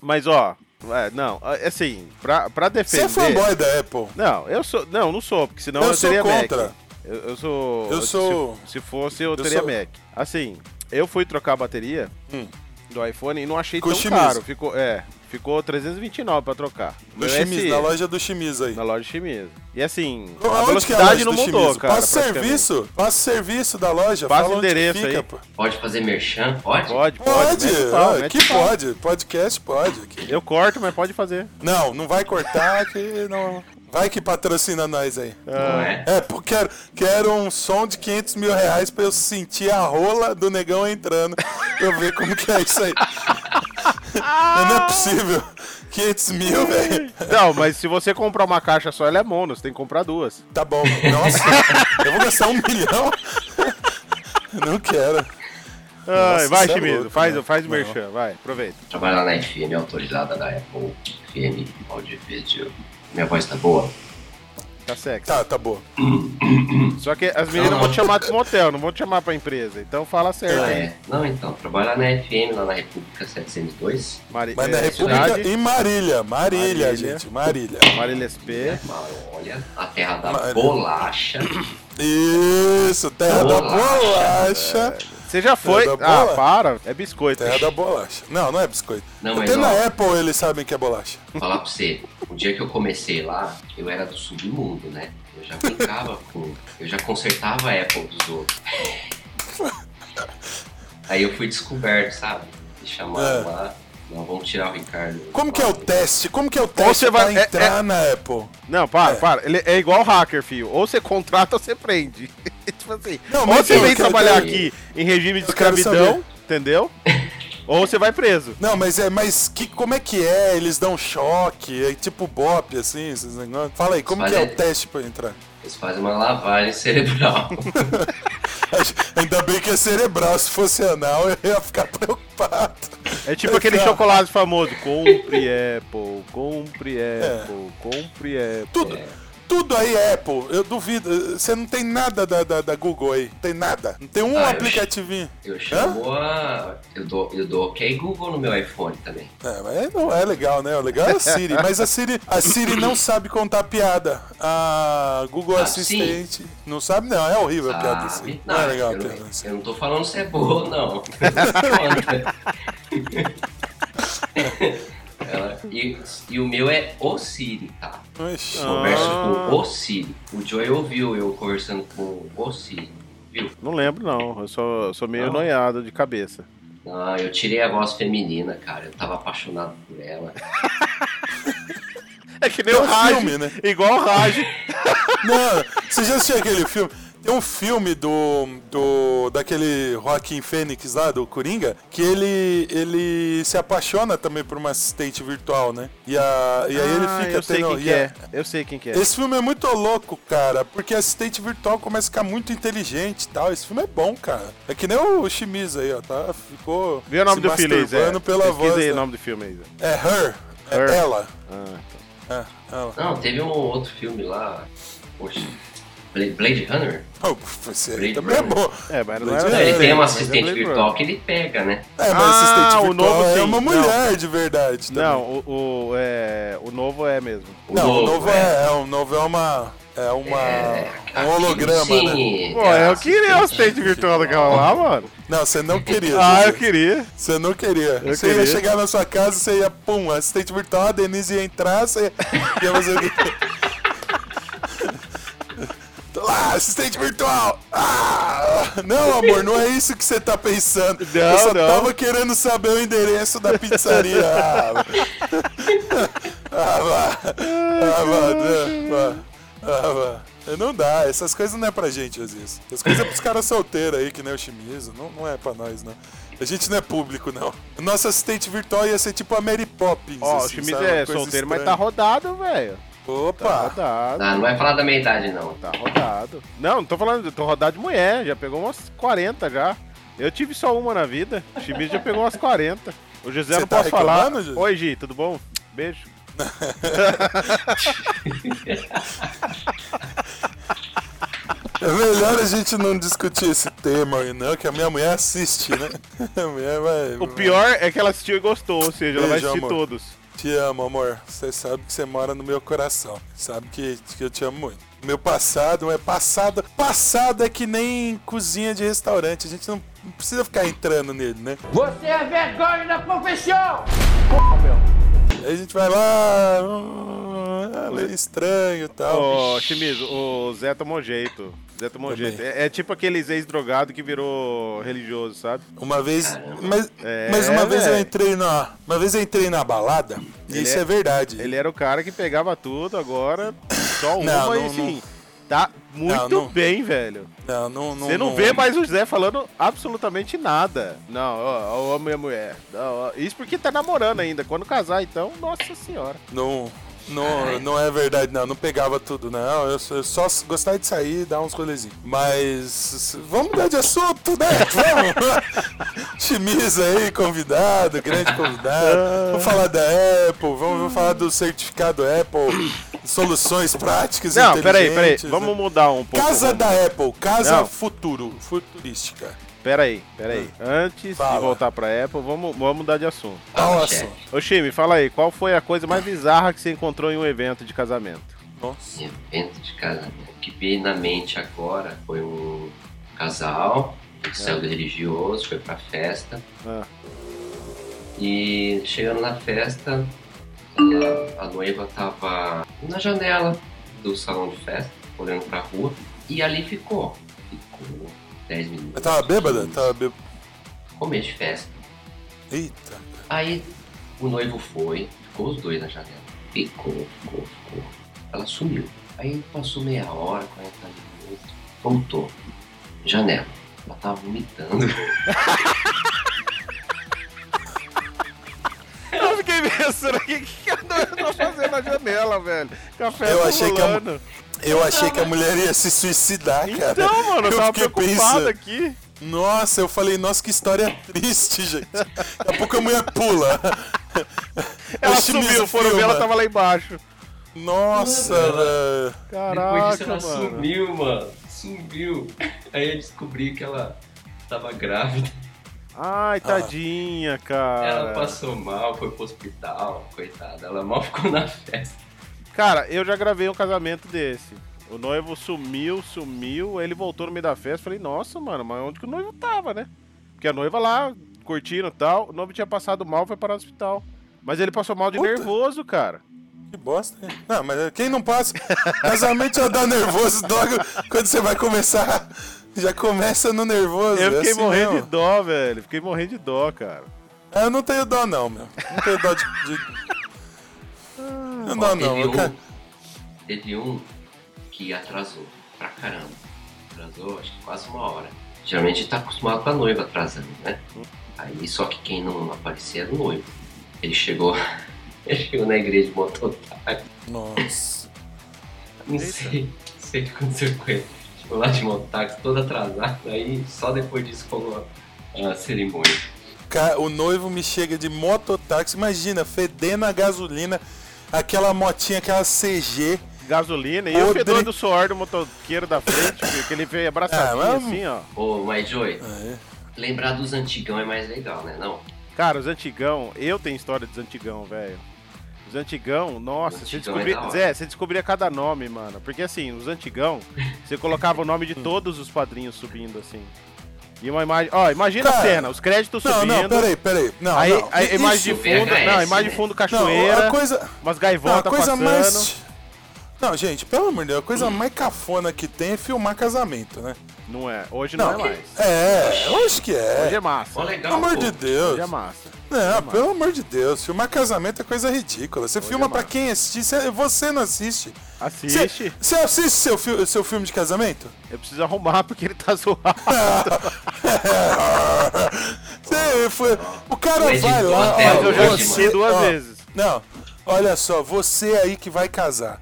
Speaker 1: Mas ó, é, não, é assim, pra, pra
Speaker 2: Você
Speaker 1: defender.
Speaker 2: é fanboy da Apple.
Speaker 1: Não, eu sou. Não, não sou, porque senão
Speaker 2: Eu
Speaker 1: eu,
Speaker 2: sou
Speaker 1: teria Mac.
Speaker 2: contra.
Speaker 1: Eu, eu sou.
Speaker 2: Eu
Speaker 1: se-
Speaker 2: sou-
Speaker 1: Se, fosse, eu,
Speaker 2: eu
Speaker 1: teria
Speaker 2: sou-
Speaker 1: Mac. Assim, eu fui trocar a bateria
Speaker 2: Hum.
Speaker 1: do iPhone e não achei
Speaker 2: Com
Speaker 1: tão
Speaker 2: chimismo.
Speaker 1: caro. Ficou, é, ficou 329 pra trocar.
Speaker 2: Do
Speaker 1: Meu
Speaker 2: Chimiz,
Speaker 1: SE,
Speaker 2: na loja do Chimiz aí.
Speaker 1: Na loja chinesa. E assim, a
Speaker 2: Onde que é a
Speaker 1: velocidade
Speaker 2: loja
Speaker 1: não
Speaker 2: do
Speaker 1: mudou,
Speaker 2: Chimiz?
Speaker 1: cara.
Speaker 2: Passa
Speaker 1: praticamente.
Speaker 2: serviço. Passa serviço da loja.
Speaker 1: Passa
Speaker 2: fala onde
Speaker 1: endereço
Speaker 2: fica,
Speaker 1: aí.
Speaker 2: pô.
Speaker 5: Pode fazer merchan? Pode?
Speaker 1: Pode, pode.
Speaker 2: Pode.
Speaker 1: mete o pau,
Speaker 2: ah,
Speaker 1: mete
Speaker 2: que
Speaker 1: o pau.
Speaker 2: pode. Podcast pode. aqui.
Speaker 1: Eu corto, mas pode fazer.
Speaker 2: Não, não vai cortar que não... Vai que patrocina nós aí.
Speaker 5: Não
Speaker 1: Ah.
Speaker 5: é?
Speaker 2: É, porque quero, quero um som de 500 mil reais pra eu sentir a rola do negão entrando. pra Eu ver como que é isso aí. Não é possível. 500 mil, velho.
Speaker 1: Não, mas se você comprar uma caixa só, ela é mono, você tem que comprar duas.
Speaker 2: Tá bom. Nossa, eu vou gastar um milhão? Não quero.
Speaker 1: Ai, vai,
Speaker 2: isso é
Speaker 1: Chimizo,
Speaker 2: louco,
Speaker 1: faz,
Speaker 2: né?
Speaker 1: faz o
Speaker 2: Não.
Speaker 1: merchan, vai, aproveita.
Speaker 5: Trabalhar na FM autorizada da Apple, FM, áudio e vídeo. Minha voz tá boa?
Speaker 1: Tá sexy.
Speaker 2: Tá, tá boa.
Speaker 1: Só que as meninas vão te chamar pro motel, não vão te chamar pra empresa. Então fala certo.
Speaker 5: Ah,
Speaker 1: aí.
Speaker 5: é. Não, então, trabalhar na FM, lá na República 702.
Speaker 1: Mari-
Speaker 2: Mas na
Speaker 1: é,
Speaker 2: República
Speaker 1: cidade,
Speaker 2: e Marília. Marília,
Speaker 1: Marília.
Speaker 2: gente. Marília.
Speaker 1: Marília SP.
Speaker 5: Né, Olha, a terra da
Speaker 2: Maravilha.
Speaker 5: bolacha.
Speaker 2: Isso, terra da
Speaker 5: Bolacha.
Speaker 2: bolacha.
Speaker 1: Você já foi.
Speaker 2: da
Speaker 1: Ah,
Speaker 2: bola?
Speaker 1: para. É biscoito.
Speaker 2: Terra da bolacha. Não, não é biscoito.
Speaker 5: Não, mas
Speaker 2: Até na
Speaker 5: ó.
Speaker 2: Apple eles sabem que é bolacha.
Speaker 5: Falar pra você, o dia que eu comecei lá, eu era do submundo, né? Eu já brincava com. Eu já consertava a Apple dos outros. Aí eu fui descoberto, sabe? Me chamaram
Speaker 2: É.
Speaker 5: lá. Não, vamos tirar o Ricardo.
Speaker 2: Como que é o teste? Como que é o teste
Speaker 1: você vai-
Speaker 2: pra
Speaker 1: é-
Speaker 2: entrar
Speaker 1: é-
Speaker 2: na Apple?
Speaker 1: Não, para,
Speaker 2: É.
Speaker 1: para. Ele é igual hacker, filho. Ou você contrata ou você prende. tipo assim.
Speaker 2: Não,
Speaker 1: ou
Speaker 2: mas
Speaker 1: você
Speaker 2: eu
Speaker 1: vem
Speaker 2: quero
Speaker 1: trabalhar
Speaker 5: saber.
Speaker 1: aqui em regime de
Speaker 2: Eu quero
Speaker 1: escravidão, entendeu? ou você vai preso.
Speaker 2: Não, mas é, mas que, como é que é? Eles dão choque, é tipo bop, assim, esses negócios. Fala aí, como que é
Speaker 5: Olha.
Speaker 2: o teste pra entrar?
Speaker 5: Eles fazem uma lavagem cerebral.
Speaker 2: Ainda bem que é cerebral, se fosse anal eu ia ficar preocupado.
Speaker 1: É tipo aquele
Speaker 2: Exato.
Speaker 1: chocolate famoso. Compre Apple, compre
Speaker 2: É.
Speaker 1: Apple, compre Apple.
Speaker 2: Tudo, tudo aí é Apple, eu duvido. Você não tem nada da, da, da Google aí, tem nada. Não tem um
Speaker 5: Ah, eu
Speaker 2: aplicativinho.
Speaker 5: Eu
Speaker 2: Hã?
Speaker 5: chamo a. Eu dou, eu dou ok Google no meu iPhone também.
Speaker 2: É, mas é- não é legal, né? O legal é a Siri. Mas a Siri, a Siri não sabe contar piada. A Google
Speaker 5: Ah,
Speaker 2: Assistente não sabe, não. É horrível a piada da
Speaker 5: Sabe?
Speaker 2: Siri. Não é legal a
Speaker 5: Ah, eu,
Speaker 2: piada
Speaker 5: não,
Speaker 2: da Siri.
Speaker 5: eu não tô falando se é boa ou não. Conta. Ela- e, e o meu é o Siri, tá?
Speaker 2: Ixi.
Speaker 5: Eu converso
Speaker 1: Ah.
Speaker 5: com o Siri. O Joey ouviu eu conversando com o Siri. Viu?
Speaker 1: Não lembro, não. Eu sou, eu sou meio
Speaker 5: Não.
Speaker 1: noiado de cabeça.
Speaker 5: Ah, eu tirei a voz feminina, cara. Eu tava apaixonado por ela.
Speaker 1: É que nem
Speaker 2: É
Speaker 1: o
Speaker 2: um
Speaker 1: Raj.
Speaker 2: filme, né?
Speaker 1: Igual o Raj.
Speaker 2: Não, você já assistiu aquele filme? Tem um filme do, do daquele Joaquim Fênix lá, do Coringa, que ele, ele se apaixona também por uma assistente virtual, né? E, a, e aí ele
Speaker 1: Ah,
Speaker 2: fica
Speaker 1: eu sei
Speaker 2: tendo-
Speaker 1: quem
Speaker 2: e
Speaker 1: que
Speaker 2: a-
Speaker 1: é. Eu sei quem que é.
Speaker 2: Esse filme é muito louco, cara, porque assistente virtual começa a ficar muito inteligente e tal. Esse filme é bom, cara. É que nem o Shimizu aí, ó, tá? Ficou
Speaker 1: Vê o nome
Speaker 2: se
Speaker 1: do filho aí, Zé.
Speaker 2: masturbando pela voz.
Speaker 1: Pesquisa aí
Speaker 2: né?
Speaker 1: o nome do filme aí, Zé.
Speaker 2: É Her, é
Speaker 1: Her.
Speaker 2: ela.
Speaker 1: Ah,
Speaker 2: É, ela.
Speaker 5: Não, teve um outro filme lá. Poxa. Bla- Blade Runner?
Speaker 2: Oh, você
Speaker 5: Blade
Speaker 2: também é
Speaker 5: Runner.
Speaker 2: bom.
Speaker 1: É, mas não é-
Speaker 2: Blade
Speaker 5: Não,
Speaker 2: Runner.
Speaker 5: ele tem uma
Speaker 1: mas é
Speaker 5: assistente
Speaker 1: Blade
Speaker 5: virtual que ele pega, né?
Speaker 2: É, mas
Speaker 1: Ah,
Speaker 2: assistente
Speaker 1: o
Speaker 2: virtual
Speaker 1: novo
Speaker 2: é
Speaker 1: sim.
Speaker 2: uma
Speaker 1: Não.
Speaker 2: mulher de verdade. também.
Speaker 1: Não, o, o, é, o novo é mesmo.
Speaker 2: Não, o novo é, é, o novo é uma é uma
Speaker 1: É,
Speaker 2: um holograma, né?
Speaker 5: É, Sim.
Speaker 1: Pô, eu queria o assistente virtual daquela lá, mano.
Speaker 2: Não, você não queria.
Speaker 1: Ah,
Speaker 2: Zuzu.
Speaker 1: eu queria.
Speaker 2: Você não queria. você
Speaker 1: queria.
Speaker 2: ia chegar na sua casa, você ia pum, assistente virtual, a Denise ia entrar, você ia, ia fazer o quê? Tô lá, assistente virtual. Ah! Não, amor, não é isso que você tá pensando.
Speaker 1: Não,
Speaker 2: eu só
Speaker 1: não.
Speaker 2: tava querendo saber o endereço da pizzaria. Ah, vá. ah, vá. Ah, vá. não, vá. Ah, vá. Não dá, essas coisas não é pra gente, Aziz. Essas coisas é pros caras solteiros aí, que nem o Chimizo. Não, não é pra nós, não. A gente não é público, não. Nosso assistente virtual ia ser tipo a Mary Poppins.
Speaker 1: Ó, o
Speaker 2: assim,
Speaker 1: Chimiz
Speaker 2: sabe?
Speaker 1: é
Speaker 2: Uma coisa
Speaker 1: solteiro, mas tá
Speaker 2: estranha.
Speaker 1: rodado, velho. Tá
Speaker 2: Opa!
Speaker 1: rodado,
Speaker 5: Ah, não vai falar da minha idade, não.
Speaker 1: tá rodado. Não, não tô falando, eu tô rodado de mulher, já pegou umas 40 já. Eu tive só uma na vida, o Chimiz já pegou umas 40. O José
Speaker 2: Você
Speaker 1: não
Speaker 2: tá
Speaker 1: posso falar.
Speaker 2: reclamando, José?
Speaker 1: Oi, Gi, tudo bom? Beijo.
Speaker 2: É melhor a gente não discutir esse tema aí, não, que a minha mulher assiste, né? A mulher vai.
Speaker 1: O pior é que ela assistiu e gostou, ou seja, ela vai
Speaker 2: Beijo,
Speaker 1: assistir
Speaker 2: amor.
Speaker 1: todos.
Speaker 2: Te amo, amor. Você sabe que você mora no meu coração. Sabe que, que eu te amo muito. Meu passado é passado. Passado é que nem cozinha de restaurante. A gente não não precisa ficar entrando nele, né?
Speaker 3: Você é vergonha da profissão!
Speaker 2: Aí a gente vai lá. ah, ah, estranho e tal.
Speaker 1: Ô, Chimizo, o Zé tomou jeito. Zé tomou
Speaker 2: Também.
Speaker 1: jeito. É, é tipo aqueles ex-drogado que virou religioso, sabe?
Speaker 2: Uma vez. Mas,
Speaker 1: É,
Speaker 2: mas uma vez eu
Speaker 1: velho.
Speaker 2: entrei na. Uma vez eu entrei na balada. E
Speaker 1: Ele
Speaker 2: isso é,
Speaker 1: é-
Speaker 2: verdade.
Speaker 1: Ele era o cara que pegava tudo, agora só uma
Speaker 2: Não,
Speaker 1: e
Speaker 2: não,
Speaker 1: sim. Tá muito
Speaker 2: Não, não-
Speaker 1: bem, velho.
Speaker 2: Não, não, não, é.
Speaker 1: Você não vê mais o Zé falando absolutamente nada. Não, ó, eu amo minha mulher. Não, ó, isso porque tá namorando ainda. Quando casar, então, nossa senhora.
Speaker 2: Não, não, não é verdade, não. Não pegava tudo, não. Eu só, eu só gostava de sair e dar uns rolezinhos. Mas vamos mudar de assunto, né? Vamos! Chimisa aí, convidado, grande convidado. Vamos falar da Apple, vamos, vamos falar do certificado Apple, soluções práticas.
Speaker 1: Não, peraí, peraí.
Speaker 2: inteligentes, né?
Speaker 1: Vamos mudar um pouco.
Speaker 2: Casa da Apple, casa
Speaker 1: Não.
Speaker 2: futuro, futurística.
Speaker 1: Peraí, peraí. Antes
Speaker 2: Ah. Fala.
Speaker 1: de voltar pra Apple, vamos, vamos mudar de assunto.
Speaker 2: Qual o
Speaker 5: Fala,
Speaker 2: assunto?
Speaker 1: Ô, Chime, fala aí, qual foi a coisa mais bizarra que você encontrou em um evento de casamento?
Speaker 2: Nossa.
Speaker 5: Minha venda de casamento. Que veio na mente agora foi um casal,
Speaker 2: É.
Speaker 5: um céu religioso, foi pra festa.
Speaker 1: Ah.
Speaker 5: E chegando na festa, ela- a noiva tava na janela do salão de festa, olhando pra rua, e ali ficou. Ficou 10 minutos.
Speaker 2: Eu tava bêbada?
Speaker 5: 15,
Speaker 2: Tava bêbada.
Speaker 5: Começo de festa.
Speaker 2: Eita.
Speaker 5: Aí o noivo foi, ficou os dois na janela. Ficou, ficou, ficou. Ela sumiu. Aí passou meia hora, 40 minutos, voltou. Janela. Ela tava vomitando.
Speaker 1: Eu fiquei pensando, o que, que eu tô- eu tô fazendo na janela, velho? Café
Speaker 2: Eu
Speaker 1: tá
Speaker 2: achei que a mu-
Speaker 1: rolando.
Speaker 2: Eu achei que a mulher ia se suicidar, cara.
Speaker 1: Então, mano, eu tava
Speaker 2: fiquei
Speaker 1: preocupado
Speaker 2: pensando.
Speaker 1: aqui.
Speaker 2: Nossa, eu falei, nossa, que história triste, gente. Daqui a pouco a mulher pula.
Speaker 1: Ela
Speaker 2: O Shimizu
Speaker 1: sumiu, foram ver,
Speaker 2: filma.
Speaker 1: ela tava lá embaixo.
Speaker 2: Nossa, velho.
Speaker 1: Caraca, mano.
Speaker 5: sumiu, mano. Sumiu. Aí eu descobri que ela tava grávida.
Speaker 1: Ai, tadinha, cara.
Speaker 5: passou mal, foi pro hospital, coitada. Ela mal ficou na festa.
Speaker 1: Cara, eu já gravei um casamento desse. O noivo sumiu, sumiu, aí ele voltou no meio da festa. Falei, nossa, mano, mas onde que o noivo tava, né? Porque a noiva lá, curtindo e tal, o noivo tinha passado mal, foi parar no hospital. Mas ele passou mal de
Speaker 2: Puta.
Speaker 1: nervoso, cara.
Speaker 2: Que bosta. né? Não, mas quem não passa? Casamento já dá nervoso logo quando você vai começar. Já começa no nervoso.
Speaker 1: Eu
Speaker 2: é
Speaker 1: fiquei
Speaker 2: assim
Speaker 1: morrendo
Speaker 2: mesmo.
Speaker 1: de dó, velho. Fiquei morrendo de dó, cara.
Speaker 2: Ah, Eu não tenho dó, não, meu. Não tenho dó de. de... Não, dó, não.
Speaker 5: teve,
Speaker 2: Eu ca-
Speaker 5: um, teve um que atrasou pra caramba. Atrasou acho que quase uma hora. Geralmente tá acostumado com a noiva atrasando, né? Aí só que quem não aparecia era o noivo. Ele chegou, ele chegou na igreja de mototáxi.
Speaker 2: Nossa.
Speaker 5: Não sei, não sei o que aconteceu com ele. Chegou lá de mototáxi, todo atrasado. Aí só depois disso rolou a, a cerimônia.
Speaker 2: Ca- O noivo me chega de mototáxi. Imagina, fedendo a gasolina. Aquela motinha, aquela CG.
Speaker 1: Gasolina e o
Speaker 2: Podre.
Speaker 1: fedor do suor do motoqueiro da frente, filho, que ele veio abraçadinho
Speaker 2: Ah, mas-
Speaker 1: assim, ó.
Speaker 5: Ô, mas Joy,
Speaker 2: Aí.
Speaker 5: lembrar dos antigão é mais legal, né? Não?
Speaker 1: Cara, os antigão, eu tenho história dos antigão, velho. Os antigão, nossa,
Speaker 5: Os
Speaker 1: você
Speaker 5: antigão é
Speaker 1: descobria.
Speaker 5: da hora.
Speaker 1: Zé, você descobria cada nome, mano. Porque assim, os antigão, você colocava o nome
Speaker 5: Hum.
Speaker 1: de todos os padrinhos subindo, assim. E uma imagem. Ó, imagina
Speaker 2: Cara,
Speaker 1: a cena, os créditos
Speaker 2: Não,
Speaker 1: subindo.
Speaker 2: não, peraí, peraí. Não,
Speaker 1: Aí,
Speaker 2: não.
Speaker 1: aí a imagem de
Speaker 5: Isso,
Speaker 1: fundo.
Speaker 5: VHS,
Speaker 1: não, a imagem
Speaker 5: né?
Speaker 1: de fundo
Speaker 2: Não,
Speaker 1: cachoeira,
Speaker 2: a coisa.
Speaker 1: umas
Speaker 2: Não, a
Speaker 1: gaivotas
Speaker 2: coisa
Speaker 1: passando.
Speaker 2: mais. Não, gente, pelo amor de Deus, a coisa mais cafona que tem é filmar casamento, né?
Speaker 1: Não é. Hoje não,
Speaker 2: Não,
Speaker 1: é mais.
Speaker 2: é, eu acho que
Speaker 1: Hoje
Speaker 2: é.
Speaker 1: é massa.
Speaker 5: Ó,
Speaker 1: Hoje
Speaker 5: legal.
Speaker 2: Pelo amor
Speaker 5: pô.
Speaker 2: de Deus.
Speaker 1: é massa.
Speaker 2: Não, pelo amor de Deus, filmar casamento é coisa ridícula. Você
Speaker 1: é
Speaker 2: filma pra quem assiste, você- você não assiste. Você-
Speaker 1: Assiste.
Speaker 2: Você assiste seu, fi- seu filme de casamento?
Speaker 1: Eu preciso arrumar porque ele tá zoado.
Speaker 2: Você foi- o cara
Speaker 5: O editor
Speaker 2: vai lá.
Speaker 5: até
Speaker 2: ó,
Speaker 5: hoje, mano.
Speaker 2: você-
Speaker 1: Duas
Speaker 2: ó,
Speaker 1: vezes.
Speaker 2: Não, olha só, você aí que vai casar,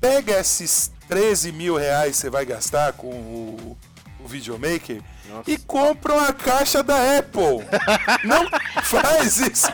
Speaker 2: pega esses 13 mil reais que você vai gastar com o, o videomaker e compra uma caixa da Apple. Não faz isso.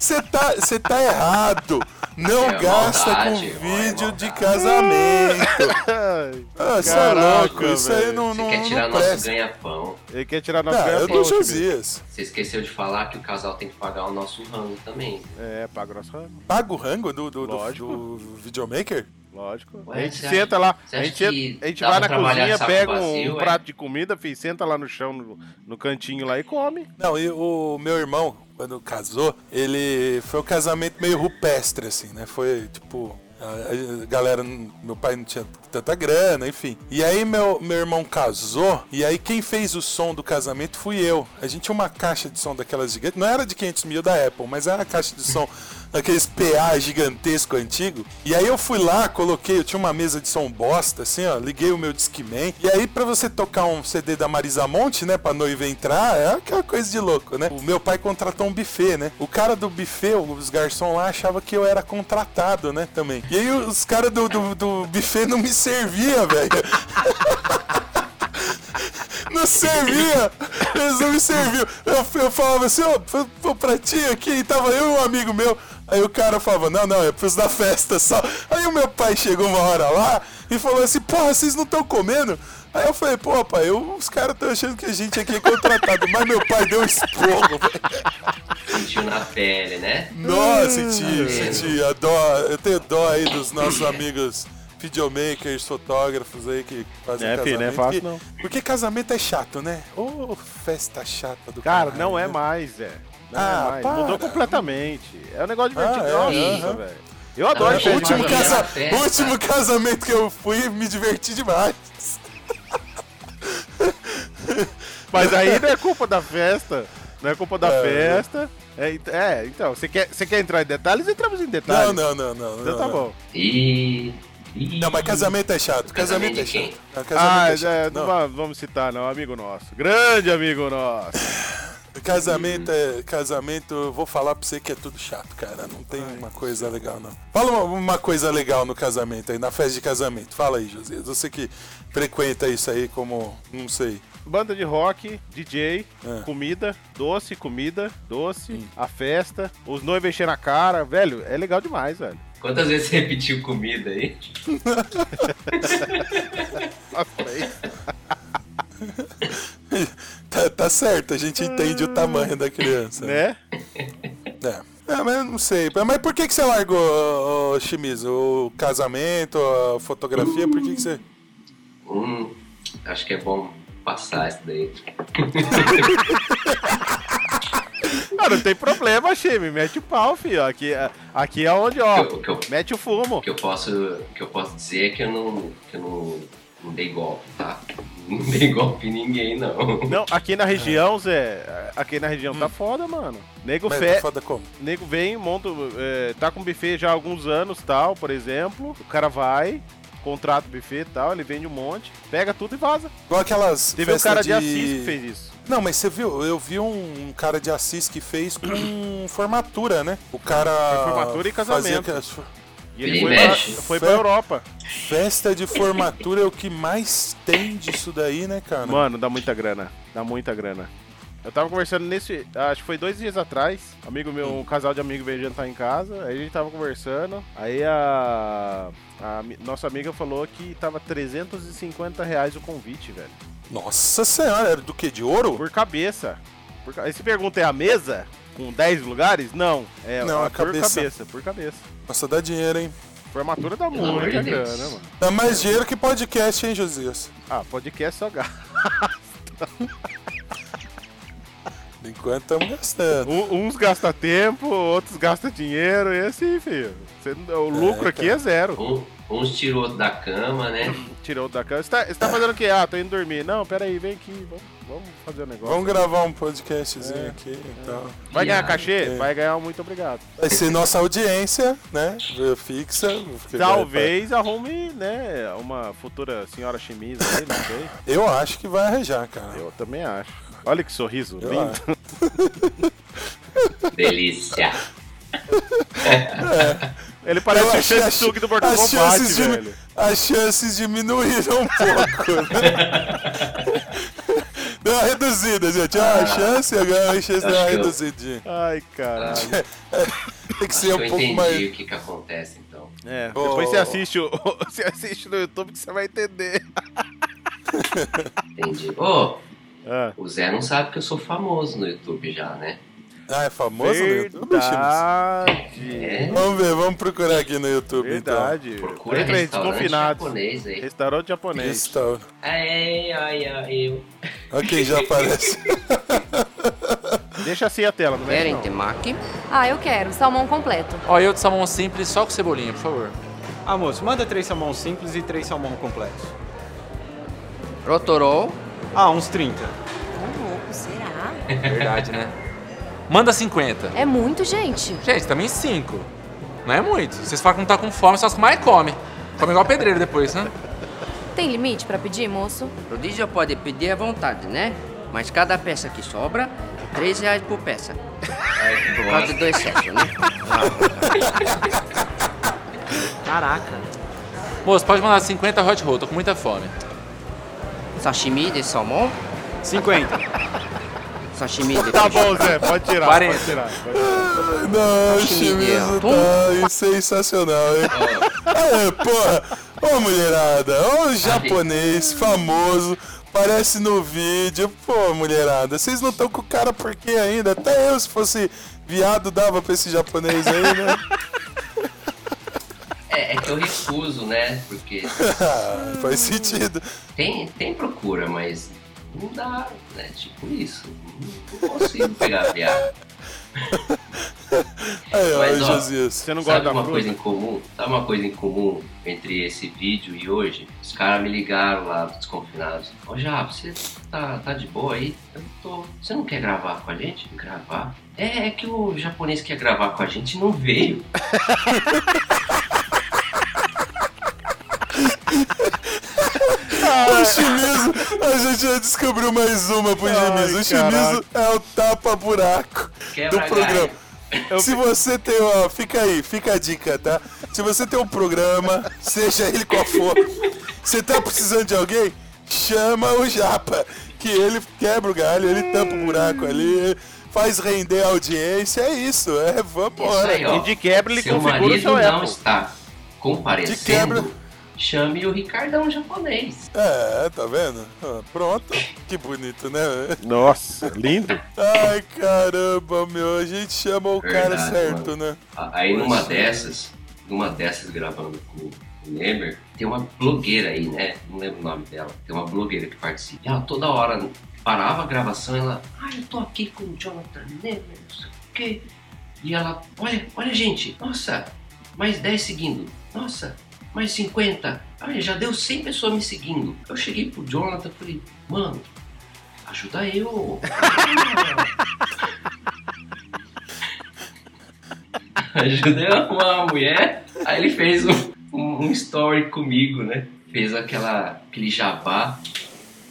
Speaker 2: Você tá, você tá errado. Não
Speaker 5: É
Speaker 2: gasta
Speaker 5: maldade,
Speaker 2: com
Speaker 5: ó, é
Speaker 2: vídeo de
Speaker 5: maldade.
Speaker 2: casamento. Ah, Você é
Speaker 1: Caraca,
Speaker 2: louco, isso aí
Speaker 1: velho.
Speaker 2: não,
Speaker 5: Você
Speaker 2: não,
Speaker 5: quer tirar
Speaker 2: não
Speaker 5: nosso
Speaker 2: presta.
Speaker 5: ganha-pão.
Speaker 1: Ele quer tirar nossa
Speaker 2: Não,
Speaker 1: ganha
Speaker 2: eu
Speaker 1: pra
Speaker 2: do
Speaker 1: outro,
Speaker 2: Josias.
Speaker 5: Você esqueceu de falar que o casal tem que pagar o nosso rango também.
Speaker 1: bicho. É, paga nossa
Speaker 2: Paga o rango do, do, do,
Speaker 1: Lógico.
Speaker 2: do videomaker?
Speaker 1: Lógico.
Speaker 5: Ué,
Speaker 1: a gente
Speaker 5: você
Speaker 1: senta
Speaker 5: acha-
Speaker 1: lá,
Speaker 5: você
Speaker 1: a
Speaker 5: acha
Speaker 1: gente,
Speaker 5: que
Speaker 1: a gente
Speaker 5: dá
Speaker 1: vai na
Speaker 5: pra trabalhar
Speaker 1: cozinha,
Speaker 5: de saco
Speaker 1: pega
Speaker 5: vazio,
Speaker 1: um
Speaker 5: é?
Speaker 1: prato de comida, filho, senta lá no chão, no, no cantinho lá e come.
Speaker 2: Não, e o meu irmão, quando casou, ele foi um casamento meio rupestre, assim, né? Foi tipo. A a galera, não- meu pai não tinha tanta grana, enfim. E aí meu, meu irmão casou, e aí quem fez o som do casamento fui eu. A gente tinha uma caixa de som daquelas gigantes, não era de 500 mil da Apple, mas era a caixa de som Aqueles PA gigantesco antigo. E aí eu fui lá, coloquei, eu tinha uma mesa de som bosta, assim, ó, liguei o meu Discman. E aí pra você tocar um CD da Marisa Monte, né, pra noiva entrar, é aquela coisa de louco, né? O meu pai contratou um buffet, né? O cara do buffet, os garçons lá, achava que eu era contratado, né, também. E aí os caras do, do, do buffet não me servia, velho. Não servia! Eles não me serviam. Eu, eu falava assim, ó, pô, pô, pra ti aqui, e tava eu e um amigo meu. Aí o cara falava, não, não, é pros da festa só. Aí o meu pai chegou uma hora lá e falou assim, porra, vocês não estão comendo? Aí eu falei, pô, pai, eu- os caras estão achando que a gente aqui é contratado, mas meu pai deu um esporro.
Speaker 5: Sentiu na pele, né?
Speaker 2: Nossa, senti, senti, a dó, eu tenho dó aí dos nossos amigos videomakers, fotógrafos aí que fazem
Speaker 1: É,
Speaker 2: casamento.
Speaker 1: filho, não é fácil,
Speaker 2: que-
Speaker 1: não.
Speaker 2: Porque casamento é chato, né? Ô, festa chata do
Speaker 1: Cara,
Speaker 2: caralho,
Speaker 1: não é
Speaker 2: né?
Speaker 1: mais, é. Não
Speaker 2: Ah,
Speaker 1: é mais.
Speaker 2: para.
Speaker 1: Mudou completamente. É um negócio divertido.
Speaker 2: Ah, é,
Speaker 1: Nossa,
Speaker 2: aham.
Speaker 1: velho. Eu adoro
Speaker 5: Não,
Speaker 2: O
Speaker 1: festa de
Speaker 2: último,
Speaker 5: Mas
Speaker 1: casamento.
Speaker 2: casa...
Speaker 5: casa- a festa-
Speaker 2: o último casamento que eu fui, me diverti demais.
Speaker 1: Mas aí não é culpa da festa. Não é culpa da
Speaker 2: É.
Speaker 1: festa. É, ent- é, então, você quer, você quer entrar em detalhes? Entramos em detalhes.
Speaker 2: Não, não, não, não.
Speaker 1: Então
Speaker 2: não,
Speaker 1: tá
Speaker 2: não.
Speaker 1: bom.
Speaker 5: E. e-
Speaker 2: Não, mas casamento é chato. Casamento é
Speaker 5: de quem?
Speaker 2: chato. Não,
Speaker 1: Ah,
Speaker 2: casamento é
Speaker 1: é,
Speaker 2: chato.
Speaker 1: não
Speaker 2: Não,
Speaker 1: va- vamos citar, não. Amigo nosso. Grande amigo nosso.
Speaker 2: Casamento é. Casamento, eu vou falar pra você que é tudo chato, cara. Não tem uma coisa legal, não. Fala uma, uma coisa legal no casamento aí, na festa de casamento. Fala aí, Josias. Você que frequenta isso aí como. Não sei.
Speaker 1: Banda de rock, DJ,
Speaker 2: É. Hum.
Speaker 1: comida, doce, comida, doce, a festa, os noivos enchendo a cara. Velho, é legal demais, velho.
Speaker 5: Quantas vezes você repetiu comida aí?
Speaker 2: Tá, tá certo, a gente entende o tamanho da criança.
Speaker 1: né?
Speaker 2: É. É, mas eu não sei. Mas por que, que você largou, ô, ô, Chimizo? O casamento, a fotografia, por que, que você.
Speaker 5: Hum, acho que é bom passar isso daí.
Speaker 1: Ah, não tem problema, Chime. Mete o pau, filho. Aqui, é- aqui é onde, ó.
Speaker 5: Que eu- que eu-
Speaker 1: Mete o fumo.
Speaker 5: O que eu posso, o que eu posso dizer é que eu não, que eu não, não dei golpe, tá? Não dei golpe em ninguém, não.
Speaker 1: Não, aqui na região, Zé. Aqui na região
Speaker 2: Hum.
Speaker 1: tá foda, mano. Nego,
Speaker 2: Mas
Speaker 1: fe...
Speaker 2: tá foda como?
Speaker 1: Nego vem, monta. é, tá com buffet já há alguns anos, tal, por exemplo. O cara vai, contrata o buffet e tal, ele vende um monte, pega tudo e vaza.
Speaker 2: Igual aquelas.
Speaker 1: Teve um
Speaker 2: festa
Speaker 1: cara de...
Speaker 2: de
Speaker 1: Assis que fez isso.
Speaker 2: Não, mas você viu? Eu vi um um cara de Assis que fez com formatura, né? O cara.
Speaker 1: Foi formatura e casamento.
Speaker 2: fazia aquelas fo-
Speaker 1: E ele
Speaker 5: Ele
Speaker 1: foi pra,
Speaker 5: mexe.
Speaker 1: foi pra Europa.
Speaker 2: Festa de formatura é o que mais tem disso daí, né, cara?
Speaker 1: Mano, dá muita grana. Dá muita grana. Eu tava conversando nesse. Acho que foi dois dias atrás. Amigo meu, um casal de amigo veio jantar em casa. Aí a gente tava conversando. Aí a. a mi- nossa amiga falou que tava 350 reais o convite, velho.
Speaker 2: Nossa senhora, era do que? De ouro?
Speaker 1: Por cabeça. Por, ca- aí se pergunta, é a mesa? Com 10 lugares? Não. É
Speaker 2: Não,
Speaker 1: a-
Speaker 2: a
Speaker 1: por
Speaker 2: cabeça.
Speaker 1: cabeça, por cabeça.
Speaker 2: Nossa, dá dinheiro, hein?
Speaker 1: Formatura dá
Speaker 5: Pelo amor
Speaker 1: muita
Speaker 5: de
Speaker 1: grana,
Speaker 5: Deus.
Speaker 1: mano.
Speaker 2: Dá mais dinheiro que podcast, hein, Josias?
Speaker 1: Ah, podcast só gasta.
Speaker 2: Por Enquanto estamos gastando.
Speaker 1: Um- Uns gasta tempo, outros gasta dinheiro. E assim, filho. Você não- o lucro aqui é zero.
Speaker 5: Um, uns tirou outro da cama, né?
Speaker 1: Tirou da cama. Você tá, você tá fazendo o quê? Ah, tô indo dormir. Não, pera aí, vem aqui. Vamos, vamos fazer um negócio.
Speaker 2: Vamos gravar um
Speaker 1: É.
Speaker 2: podcastzinho aqui e tal.
Speaker 1: Vai ganhar
Speaker 5: Viado.
Speaker 1: cachê?
Speaker 2: é.
Speaker 1: Vai ganhar um muito obrigado.
Speaker 2: Vai ser nossa audiência, né? Fixa. porque vai-
Speaker 1: Talvez arrume, né, uma futura senhora chimisa aí, não sei.
Speaker 2: Eu acho que vai arranjar, cara.
Speaker 1: Eu também acho. Olha que sorriso
Speaker 2: Eu
Speaker 1: lindo.
Speaker 2: acho.
Speaker 5: Delícia.
Speaker 1: Ele parece
Speaker 2: Eu
Speaker 1: o
Speaker 2: achei as-
Speaker 1: Shansuke do Mortal
Speaker 2: as
Speaker 1: Kombat,
Speaker 2: chances dimi-
Speaker 1: velho.
Speaker 2: As chances diminuíram um pouco, né? Deu uma reduzida, gente. Ah, a chance, agora a chance deu uma
Speaker 5: Acho que eu-
Speaker 2: reduzidinha.
Speaker 1: Ai, cara.
Speaker 2: Tem que
Speaker 5: Acho que
Speaker 2: ser
Speaker 5: eu
Speaker 2: um pouco
Speaker 5: entendi
Speaker 2: mais.
Speaker 5: o que que acontece, então.
Speaker 1: É,
Speaker 2: Ô.
Speaker 1: depois você assiste, o, você assiste no YouTube que você vai entender.
Speaker 5: Entendi. Ô,
Speaker 1: Ah,
Speaker 5: o Zé não sabe que eu sou famoso no YouTube já, né?
Speaker 2: Ah, é famoso no YouTube, Chimes?
Speaker 1: verdade.
Speaker 5: É.
Speaker 2: Vamos ver, vamos procurar aqui no YouTube,
Speaker 1: Verdade.
Speaker 5: Procura
Speaker 1: Entra aí,
Speaker 5: restaurante
Speaker 1: desconfinados.
Speaker 5: japonês aí.
Speaker 1: Restaurante
Speaker 2: então.
Speaker 1: japonês.
Speaker 2: Isso, tá.
Speaker 5: Ai, ai, ai, eu.
Speaker 2: Olha quem já aparece.
Speaker 1: Deixa assim a tela, não mexe
Speaker 8: Querem
Speaker 1: não.
Speaker 8: temaki?
Speaker 9: Ah, eu quero. Salmão completo.
Speaker 10: Ó, eu de salmão simples, só com cebolinha, por favor.
Speaker 11: Ah, moço, manda três salmão simples e três salmão complexo.
Speaker 8: Rotorou?
Speaker 11: Ah, uns 30.
Speaker 9: Ô, louco, será?
Speaker 10: Verdade, né? Manda 50.
Speaker 9: É muito, gente.
Speaker 10: Gente, também 5. Não é muito. Vocês falam que não tá com fome, só as que mais come. Come igual pedreiro depois, né?
Speaker 9: Tem limite pra pedir, moço?
Speaker 8: Rodízio pode pedir à vontade, né? Mas cada peça que sobra, três reais por peça. É, por causa do excesso, né?
Speaker 10: Caraca. Moço, pode mandar 50 hot roll, tô com muita fome.
Speaker 8: Sashimi de salmão?
Speaker 11: 50.
Speaker 8: Sashimi de
Speaker 1: Tá
Speaker 8: peixe?
Speaker 1: bom, Zé, pode tirar.
Speaker 10: 40.
Speaker 1: Pode tirar. pode tirar.
Speaker 2: Não,
Speaker 8: Acho que ninguém
Speaker 2: Chimizo
Speaker 8: errou.
Speaker 2: tá sensacional, hein? É, porra. Ô, mulherada. Ô, japonês famoso. Parece no vídeo. Pô, mulherada. Vocês não estão com o cara por quê ainda? Até eu, se fosse viado, dava pra esse japonês aí, né?
Speaker 5: É, é que eu recuso, né? Porque
Speaker 2: Ah, Faz sentido.
Speaker 5: tem, tem procura, mas não dá, né? Tipo isso. Não consigo pegar a piada.
Speaker 2: Aí, ó,
Speaker 5: Mas, ó,
Speaker 2: Josias.
Speaker 1: Você não gosta
Speaker 5: Sabe
Speaker 1: da
Speaker 5: uma
Speaker 1: fruta?
Speaker 5: coisa em comum? Sabe uma coisa em comum entre esse vídeo e hoje? Os caras me ligaram lá dos confinados. Ô já, você tá, tá de boa aí? Eu tô. Você não quer gravar com a gente? Gravar? É, é que o japonês quer gravar com a gente e não veio.
Speaker 2: O Chimizo, a gente já descobriu mais uma pro
Speaker 1: Ai,
Speaker 2: Chimizo. O Chimizo é o tapa-buraco do
Speaker 5: Quebra
Speaker 2: programa.
Speaker 5: galho.
Speaker 2: Se você tem, ó, fica aí, fica a dica, tá? Se você tem um programa, seja ele qual for, você tá precisando de alguém, chama o Japa, que ele quebra o galho, ele tampa o buraco ali, faz render a audiência, é isso, é,
Speaker 5: Isso
Speaker 2: vambora.
Speaker 5: aí, ó.
Speaker 1: E de quebra ele
Speaker 5: Seu
Speaker 1: configura o
Speaker 5: marido
Speaker 1: seu
Speaker 5: não
Speaker 1: Apple.
Speaker 5: está
Speaker 2: De quebra.
Speaker 5: comparecendo. Chame o Ricardão japonês.
Speaker 2: É, tá vendo? Ó, Pronto, que bonito, né?
Speaker 1: Nossa, lindo.
Speaker 2: Ai, caramba, meu, a gente chama o cara
Speaker 5: Verdade,
Speaker 2: certo, né?
Speaker 5: A- Aí numa dessas, numa dessas gravando com o Nemer, tem uma blogueira aí, né? Não lembro o nome dela. Tem uma blogueira que participa. E ela toda hora parava a gravação e ela, ah, eu tô aqui com o Jonathan Nemer, não sei o quê. E ela, olha, olha gente, nossa, mais 10 seguindo, nossa, mais 50. Olha, já deu 100 pessoas me seguindo. Eu cheguei pro Jonathan e falei, mano, ajuda eu. Ajudei a arrumar uma mulher. Aí ele fez um, um, um story comigo, né? Fez aquela, aquele jabá.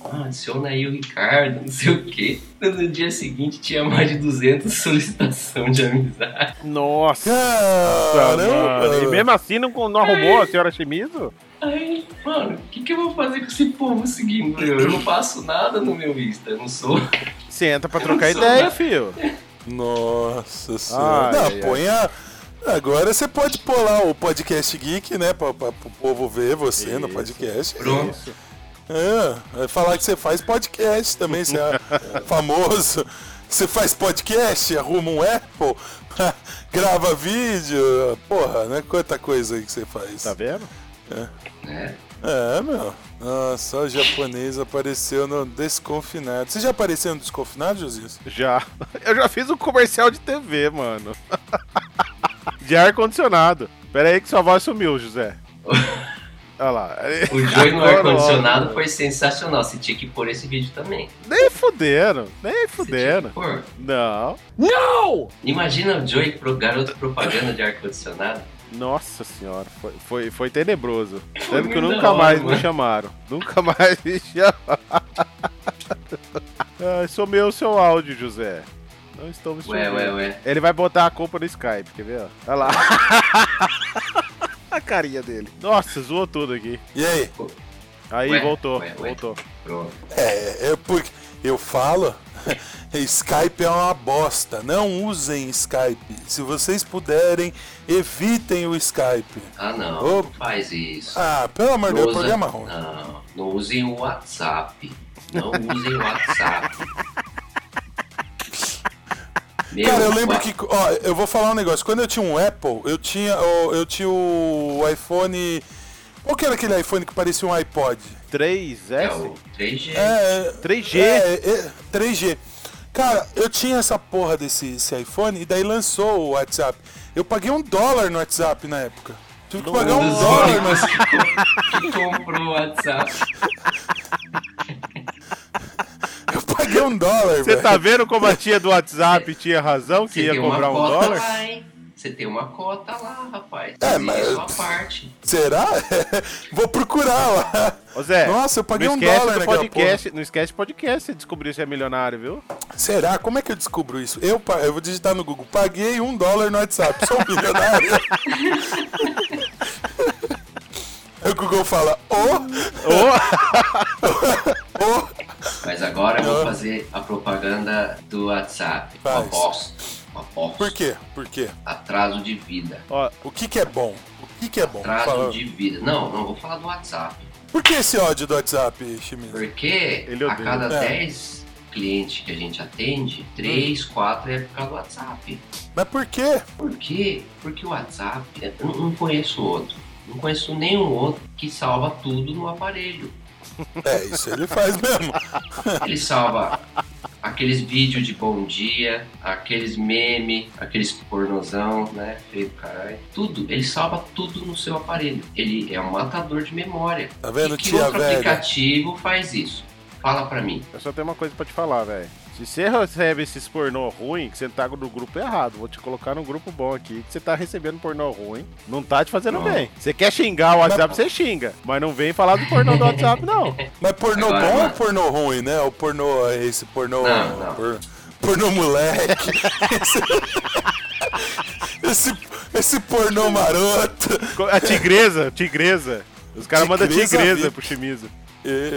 Speaker 5: Ah, adiciona aí o Ricardo, não sei o quê. No dia seguinte tinha mais de 200 solicitações de amizade.
Speaker 1: Nossa, mano. E
Speaker 2: Caramba!
Speaker 1: mesmo assim não, não arrumou a senhora Chimizo?
Speaker 5: Aí, mano, o que, que eu vou fazer com esse povo seguindo? Eu, eu não faço nada no meu Insta, eu não sou.
Speaker 1: Senta pra trocar
Speaker 5: Eu não sou
Speaker 1: ideia,
Speaker 5: nada.
Speaker 1: fio.
Speaker 2: Nossa senhora.
Speaker 1: Ai,
Speaker 2: Não,
Speaker 1: ai,
Speaker 2: põe a... Agora você pode pôr lá o podcast geek, né? Pra, pra, pro povo ver você no podcast.
Speaker 5: Pronto.
Speaker 2: É, vai falar que você faz podcast também, você é famoso. Você faz podcast, arruma um Apple, grava vídeo, porra, né? Quanta coisa aí que você faz.
Speaker 1: Tá vendo?
Speaker 5: né?
Speaker 2: É, meu. Nossa, o japonês apareceu no Desconfinado. Você já apareceu no Desconfinado, Josias?
Speaker 1: Já. Eu já fiz um comercial de TV, mano. De ar-condicionado. Pera aí que sua voz sumiu, José. Olha lá.
Speaker 5: O Joy no
Speaker 1: Agora,
Speaker 5: ar-condicionado
Speaker 1: ó.
Speaker 5: foi sensacional. Você tinha que pôr esse vídeo também.
Speaker 1: Nem fudendo, nem
Speaker 5: Você tinha que
Speaker 1: fudendo.
Speaker 5: pôr.
Speaker 1: Não.
Speaker 5: Imagina o Joey pro garoto propaganda de ar-condicionado.
Speaker 1: Nossa senhora, foi, foi, foi tenebroso.
Speaker 5: Foi
Speaker 1: Tanto que
Speaker 5: muito
Speaker 1: nunca
Speaker 5: da hora,
Speaker 1: mais me
Speaker 5: mano.
Speaker 1: chamaram. Nunca mais me chamaram. Ai, Sumiu o seu áudio, José. Não estou me
Speaker 5: Ué,
Speaker 1: sumindo.
Speaker 5: ué, ué.
Speaker 1: Ele vai botar a culpa no Skype, quer ver? ó? Olha lá. a carinha dele. Nossa, zoou tudo aqui.
Speaker 2: E aí?
Speaker 1: Aí
Speaker 5: Ué,
Speaker 1: voltou,
Speaker 5: ué, ué.
Speaker 1: voltou.
Speaker 5: Pronto.
Speaker 2: É, é porque eu falo, Skype é uma bosta. Não usem Skype. Se vocês puderem, evitem o Skype.
Speaker 5: Ah, não.
Speaker 2: Ô.
Speaker 5: Não faz isso.
Speaker 2: Ah, pelo amor de Deus,
Speaker 5: usa-
Speaker 2: programa ruim.
Speaker 5: Não, não usem o WhatsApp. Não usem o WhatsApp. Meu,
Speaker 2: Cara, eu lembro
Speaker 5: wa-
Speaker 2: que. Ó, eu vou falar um negócio. Quando eu tinha um Apple, eu tinha. ó, Eu tinha o iPhone. Qual que era aquele iPhone que parecia um iPod?
Speaker 5: É o
Speaker 1: 3S?
Speaker 5: 3G.
Speaker 2: É.
Speaker 1: 3G?
Speaker 2: É, é, 3G. Cara, eu tinha essa porra desse esse iPhone e daí lançou o WhatsApp. Eu paguei um dólar no WhatsApp na época. Tive que pagar um
Speaker 5: Dos
Speaker 2: dólar,
Speaker 5: únicos
Speaker 2: mas.
Speaker 5: que comprou o WhatsApp.
Speaker 2: Eu paguei comprei um dólar,
Speaker 1: Você tá vendo como a tia do WhatsApp tinha razão que
Speaker 5: Você
Speaker 1: ia
Speaker 5: tem uma
Speaker 1: comprar um
Speaker 5: cota
Speaker 1: dólar?
Speaker 5: lá, hein? Você tem uma cota lá, rapaz.
Speaker 2: É,
Speaker 5: Você
Speaker 2: mas-
Speaker 5: tem a sua parte.
Speaker 2: Será? Vou procurar lá.
Speaker 1: Ô Zé,
Speaker 2: Nossa, eu paguei
Speaker 1: não
Speaker 2: um
Speaker 1: esquece
Speaker 2: dólar
Speaker 1: do
Speaker 2: naquela
Speaker 1: podcast, Não esquece do podcast se descobrir se é milionário, viu?
Speaker 2: Será? Como é que eu descubro isso? Eu, pa- eu vou digitar no Google, paguei um dólar no WhatsApp, sou um milionário. o Google fala, oh! oh!
Speaker 5: Mas agora eu vou fazer a propaganda do WhatsApp. Uma
Speaker 2: Ah. Faz.
Speaker 5: aposta. Uma aposta.
Speaker 2: Por quê? Por quê?
Speaker 5: Atraso de vida.
Speaker 2: O que que é bom? O que que é bom?
Speaker 5: Atraso
Speaker 2: Fala-
Speaker 5: de vida. Não, não vou falar do WhatsApp.
Speaker 2: Por que esse ódio do WhatsApp, Chiminho?
Speaker 5: Porque
Speaker 2: Ele
Speaker 5: a
Speaker 2: odeia.
Speaker 5: cada
Speaker 2: É.
Speaker 5: 10 clientes que a gente atende, 3,
Speaker 2: Hum.
Speaker 5: 4 é por causa do WhatsApp.
Speaker 2: Mas por quê?
Speaker 5: Por quê? Porque o WhatsApp, eu não- não conheço outro. Não conheço nenhum outro que salva tudo no aparelho.
Speaker 2: É, isso ele faz mesmo.
Speaker 5: Ele salva aqueles vídeos de bom dia, aqueles meme, aqueles pornozão, né? Feio do caralho. Tudo, ele salva tudo no seu aparelho. Ele é um matador de memória.
Speaker 2: Tá vendo,
Speaker 5: e que
Speaker 2: tia
Speaker 5: outro
Speaker 2: velha?
Speaker 5: aplicativo faz isso? Fala pra mim.
Speaker 1: Eu só tenho uma coisa pra te falar, velho. Se você recebe esses pornô ruim, que você tá no grupo errado. Vou te colocar num grupo bom aqui, que você tá recebendo pornô ruim. Não tá te fazendo
Speaker 5: Não.
Speaker 1: bem. Você quer xingar o WhatsApp, você xinga. Mas não vem falar do pornô do WhatsApp, não.
Speaker 2: Mas pornô
Speaker 5: Agora,
Speaker 2: bom
Speaker 5: mano.
Speaker 2: ou pornô ruim, né? O pornô, esse pornô.
Speaker 5: Não, não.
Speaker 2: por- pornô moleque. esse, esse, esse pornô maroto.
Speaker 1: A tigresa, tigresa. Os caras mandam
Speaker 2: Tigresa,
Speaker 1: tigresa
Speaker 2: vi.
Speaker 1: pro chimizo.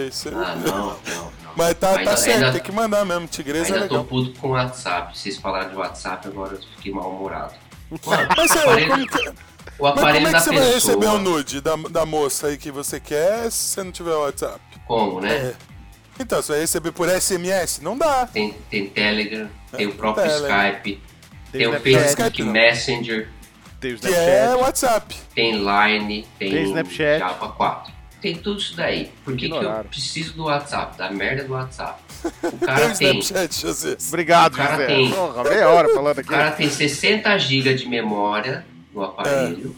Speaker 2: Isso.
Speaker 5: Ah, não, não, não.
Speaker 2: Mas tá,
Speaker 5: Ainda-
Speaker 2: tá certo,
Speaker 5: ainda-
Speaker 2: tem que mandar mesmo. Tigresa é
Speaker 5: Ainda tô
Speaker 2: legal.
Speaker 5: puto com o WhatsApp. Vocês falaram de WhatsApp, agora eu fiquei mal-humorado. Mano,
Speaker 2: Mas,
Speaker 5: o
Speaker 2: você- como
Speaker 5: aparelho,
Speaker 2: que-
Speaker 5: o
Speaker 2: mas como é
Speaker 5: aparelho
Speaker 2: que
Speaker 5: da
Speaker 2: você
Speaker 5: pessoa.
Speaker 2: vai receber um o nude da, da moça aí que você quer se você não tiver WhatsApp?
Speaker 5: Como, né?
Speaker 2: É. Então, você vai receber por SMS? Não dá.
Speaker 5: Tem, tem Telegram, tem o próprio
Speaker 2: É, Telegram.
Speaker 5: Skype, tem o
Speaker 1: Snapchat.
Speaker 5: Facebook
Speaker 2: Skype não.
Speaker 5: Messenger,
Speaker 1: Tem o
Speaker 2: Que é
Speaker 1: Snapchat.
Speaker 2: WhatsApp.
Speaker 5: tem Line, tem,
Speaker 1: Tem Snapchat.
Speaker 5: Java 4. Tem tudo isso daí. Por que, que eu
Speaker 1: Ignoraram.
Speaker 5: preciso do WhatsApp? Da merda do WhatsApp. O
Speaker 2: Tem o
Speaker 5: cara tem,
Speaker 2: Snapchat, Jesus.
Speaker 1: Obrigado,
Speaker 5: O cara
Speaker 1: José.
Speaker 5: tem.
Speaker 1: Porra, meia hora falando
Speaker 5: o
Speaker 1: aqui.
Speaker 5: cara tem 60 GB de memória no aparelho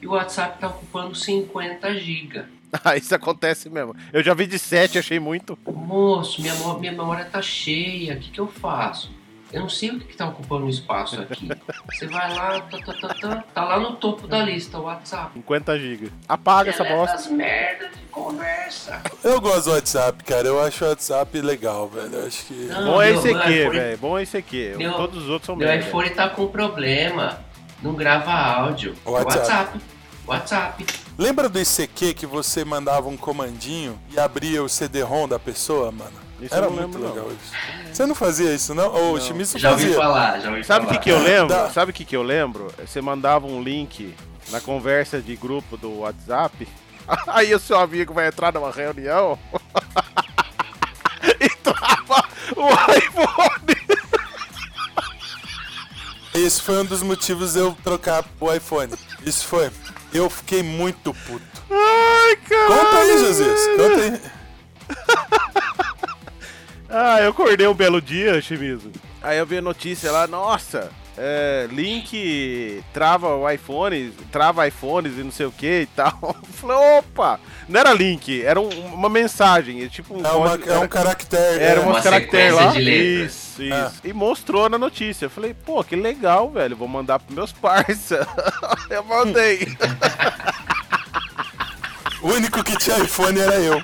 Speaker 5: e o WhatsApp tá ocupando 50 GB.
Speaker 1: Ah, isso acontece mesmo. Eu já vi de 7, achei muito.
Speaker 5: Moço, minha, mo- minha memória tá cheia, o que, que eu faço? Eu não sei o que, que tá ocupando o espaço aqui. Você vai lá, tá, tá, tá, tá, tá lá no topo da lista, o WhatsApp.
Speaker 1: 50 GB. Apaga essa
Speaker 5: Deleta
Speaker 1: bosta.
Speaker 5: as merdas de conversa.
Speaker 2: Eu gosto do WhatsApp, cara. Eu acho o WhatsApp legal, velho. Eu acho que.
Speaker 5: Não,
Speaker 1: Bom é
Speaker 5: um meu-
Speaker 1: esse
Speaker 5: meu
Speaker 1: aqui,
Speaker 5: iPhone-
Speaker 1: velho. Bom é esse aqui.
Speaker 5: Meu-
Speaker 1: Todos os outros são
Speaker 5: Meu
Speaker 1: merda.
Speaker 5: iPhone tá com problema. Não grava áudio. É o
Speaker 2: WhatsApp.
Speaker 5: WhatsApp. WhatsApp.
Speaker 2: Lembra do ICQ que você mandava um comandinho e abria o CD-ROM da pessoa, mano?
Speaker 1: Isso
Speaker 2: Era
Speaker 1: eu não
Speaker 2: muito
Speaker 1: lembro, não.
Speaker 2: legal isso. Você não fazia isso, não? Ou o Chimizo
Speaker 5: Já ouvi
Speaker 2: fazia?
Speaker 5: falar, já ouvi
Speaker 1: Sabe o
Speaker 5: falar.
Speaker 1: que, que eu lembro?
Speaker 2: Dá.
Speaker 1: Sabe o que, que eu lembro? Você mandava um link na conversa de grupo do WhatsApp. Aí o seu amigo vai entrar numa reunião. e trava o iPhone.
Speaker 2: Esse foi um dos motivos de eu trocar o iPhone. Isso foi. Eu fiquei muito puto.
Speaker 1: Ai, cara.
Speaker 2: Conta aí, Jesus. Conta aí.
Speaker 1: Ah, eu acordei um belo dia, Chimizo. Aí eu vi a notícia lá, nossa, é, Link trava o iPhone, trava iPhones e não sei o que e tal. Eu falei, opa! Não era Link, era um- uma mensagem, é tipo um
Speaker 2: É, uma-
Speaker 1: código-
Speaker 2: é um caractere.
Speaker 1: era
Speaker 2: né?
Speaker 1: umas
Speaker 5: Uma
Speaker 1: caracteres
Speaker 5: sequência
Speaker 1: lá.
Speaker 5: de letras.
Speaker 1: Isso, isso.
Speaker 2: É.
Speaker 1: E mostrou na notícia. Eu falei, pô, que legal, velho. Vou mandar pros meus parça. eu mandei.
Speaker 2: O único que tinha iPhone era eu.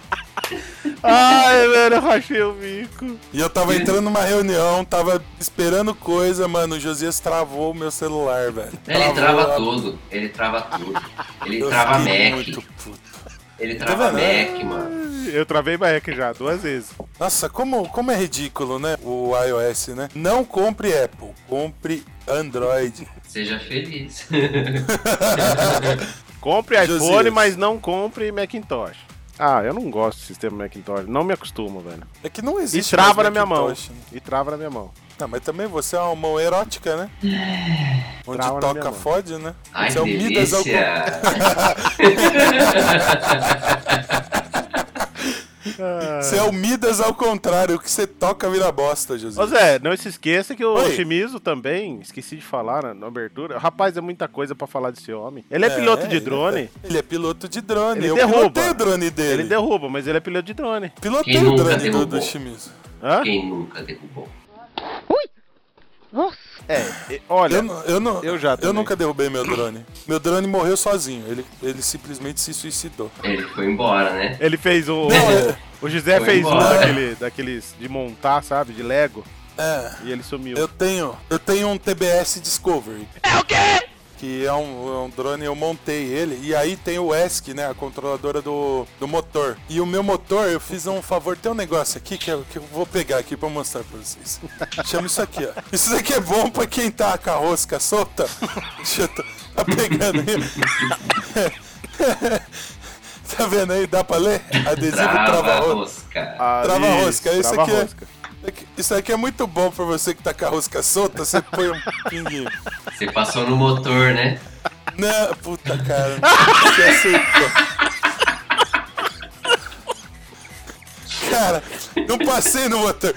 Speaker 1: Ai, velho, eu rachei o bico.
Speaker 2: E eu tava entrando numa reunião, tava esperando coisa, mano. O Josias travou o meu celular, velho.
Speaker 5: Ele trava
Speaker 2: a-
Speaker 5: tudo. Ele trava tudo. Ele
Speaker 2: Tá Eu
Speaker 5: trava
Speaker 2: fiquei
Speaker 5: Mac.
Speaker 2: muito puto.
Speaker 5: Ele trava
Speaker 2: vendo?
Speaker 5: Mac, mano.
Speaker 1: Eu travei Mac já, duas vezes.
Speaker 2: Nossa, como, como é ridículo, né? O iOS, né? Não compre Apple, compre Android.
Speaker 5: Seja feliz.
Speaker 1: Compre iPhone,
Speaker 2: Josias.
Speaker 1: mas não compre Macintosh. Ah, eu não gosto do sistema Macintosh. Não me acostumo, velho.
Speaker 2: É que não
Speaker 1: E
Speaker 2: existe.
Speaker 1: trava
Speaker 2: mais
Speaker 1: na minha mão.
Speaker 2: Macintosh, né?
Speaker 1: E trava na minha mão.
Speaker 2: Não, mas também você é uma mão erótica, né? Onde
Speaker 1: Trava na minha
Speaker 2: toca
Speaker 1: mão.
Speaker 2: fode, né?
Speaker 5: É. Ai,
Speaker 2: você é um Midas ao
Speaker 5: delícia.
Speaker 2: Você é o Midas ao contrário, o que você toca vira bosta, José.
Speaker 1: Ô Zé, não se esqueça que o
Speaker 2: Oi.
Speaker 1: Chimizo também, esqueci de falar na, na abertura. Rapaz, é muita coisa pra falar desse homem. Ele é, piloto de drone.
Speaker 2: Ele é, ele é piloto de drone.
Speaker 1: Ele
Speaker 2: eu
Speaker 1: derruba.
Speaker 2: pilotei o drone dele.
Speaker 1: Ele derruba, mas ele é piloto de drone.
Speaker 2: Pilotei
Speaker 5: Quem
Speaker 2: o
Speaker 5: nunca
Speaker 2: drone do,
Speaker 5: derrubou?
Speaker 2: do Chimizo.
Speaker 5: Quem nunca derrubou?
Speaker 1: Nossa. É, e- olha,
Speaker 2: eu, não- eu, não-
Speaker 1: eu já
Speaker 2: eu
Speaker 1: também.
Speaker 2: nunca derrubei meu drone. Meu drone morreu sozinho. Ele, ele simplesmente se suicidou.
Speaker 5: Ele foi embora, né?
Speaker 1: Ele fez o.
Speaker 2: Não, é.
Speaker 1: o José
Speaker 5: Foi
Speaker 1: fez um
Speaker 5: embora.
Speaker 1: daquele, daqueles de montar, sabe? De Lego.
Speaker 2: É.
Speaker 1: E ele sumiu.
Speaker 2: Eu tenho, eu tenho um TBS Discovery. É o quê? Que é um, é um drone, eu montei ele. E aí tem o ESC, né? A controladora do, do motor. E o meu motor, eu fiz um favor. Tem um negócio aqui que eu, que eu vou pegar aqui pra mostrar pra vocês. Chama isso aqui, ó. Isso daqui é bom pra quem tá com a rosca solta. Deixa eu tá, tá pegando aí. tá vendo aí? Dá pra ler? Adesivo trava-rosca.
Speaker 5: rosca.
Speaker 1: Ah,
Speaker 2: Trava rosca,
Speaker 1: isso,
Speaker 2: esse
Speaker 1: trava
Speaker 2: aqui é-
Speaker 1: rosca.
Speaker 2: É que- Isso aqui é muito bom pra você que tá com a rosca solta, você põe um pinguinho.
Speaker 5: Você passou no motor, né?
Speaker 2: Não, puta cara. Você aceitou. Cara, não passei no motor.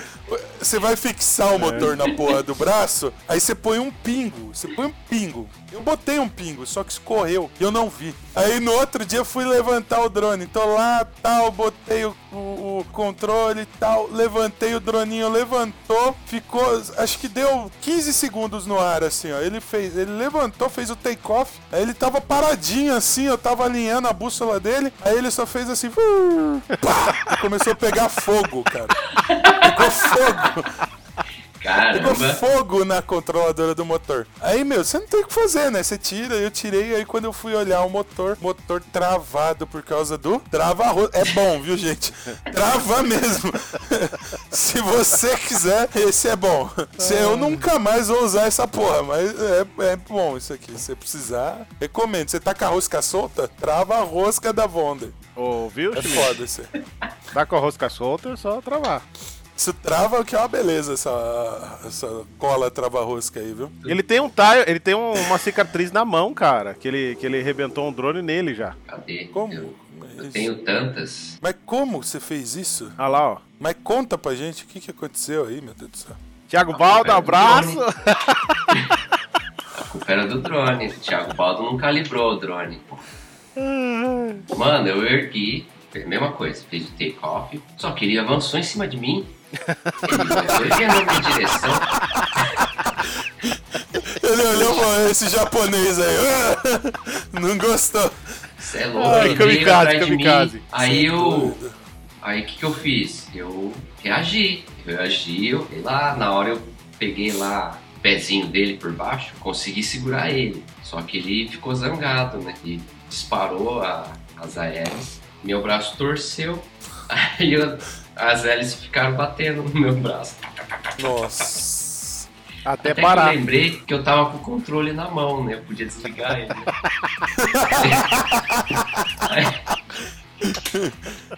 Speaker 2: Você vai fixar o motor na porra do braço, aí você põe um pingo. Você põe um pingo. Eu botei um pingo, só que escorreu. E eu não vi. Aí no outro dia eu fui levantar o drone. Tô lá, tal, botei o, o- o controle e tal. Levantei o droninho, levantou, ficou. Acho que deu 15 segundos no ar, assim, ó. Ele fez. Ele levantou, fez o take-off. Aí ele tava paradinho assim, eu tava alinhando a bússola dele. Aí ele só fez assim. Pá, e começou a pegar fogo, cara. Pegou fogo. Pegou
Speaker 5: Caramba.
Speaker 2: fogo na controladora do motor. Aí, meu, você não tem o que fazer, né? Você tira, eu tirei, aí quando eu fui olhar o motor, motor travado por causa do trava ro- É bom, viu, gente? Trava mesmo. Se você quiser, esse é bom. Se eu nunca mais vou usar essa porra, mas é, é bom isso aqui. Se você precisar, recomendo. Você tá com a rosca solta? Trava a rosca da Wonder.
Speaker 1: Ô, viu,
Speaker 2: É
Speaker 1: Schmidt?
Speaker 2: foda isso.
Speaker 1: Tá com a rosca solta, é só travar.
Speaker 2: Isso trava que é uma beleza, essa, essa cola trava-rosca aí, viu?
Speaker 1: E Ele tem um taio, ele tem um- uma cicatriz na mão, cara. Que ele, que ele arrebentou um drone nele já.
Speaker 5: Cadê?
Speaker 2: Como?
Speaker 5: Eu, eu
Speaker 2: Isso.
Speaker 5: tenho tantas.
Speaker 2: Mas como você fez isso?
Speaker 1: Olha lá, ó.
Speaker 2: Mas conta pra gente o que, que aconteceu aí, meu Deus do céu.
Speaker 1: Thiago Balda,
Speaker 5: velho,
Speaker 1: abraço!
Speaker 5: A culpa era do drone. O Thiago Baldo não calibrou o drone. pô. Mano, eu ergui. Fez a mesma coisa. Fez o take-off. Só que ele avançou em cima de mim. Ele foi erguendo na minha direção.
Speaker 2: Ele olhou pra esse japonês aí. "Ah, Não gostou.
Speaker 5: Você é louco,
Speaker 1: Ai,
Speaker 5: ele
Speaker 1: kamikaze,
Speaker 5: veio atrás de
Speaker 1: kamikaze. é
Speaker 5: mim. Aí eu. Aí o que, que eu fiz? Eu reagi. Eu reagi, eu fui lá, na hora eu peguei lá o pezinho dele por baixo, consegui segurar ele. Só que ele ficou zangado, né? E disparou a- as aéreas, meu braço torceu, aí eu- as hélices ficaram batendo no meu braço.
Speaker 2: Nossa.
Speaker 1: Até,
Speaker 5: Até que eu
Speaker 1: parar.
Speaker 5: lembrei que eu tava com o controle na mão, né? Eu podia desligar ele.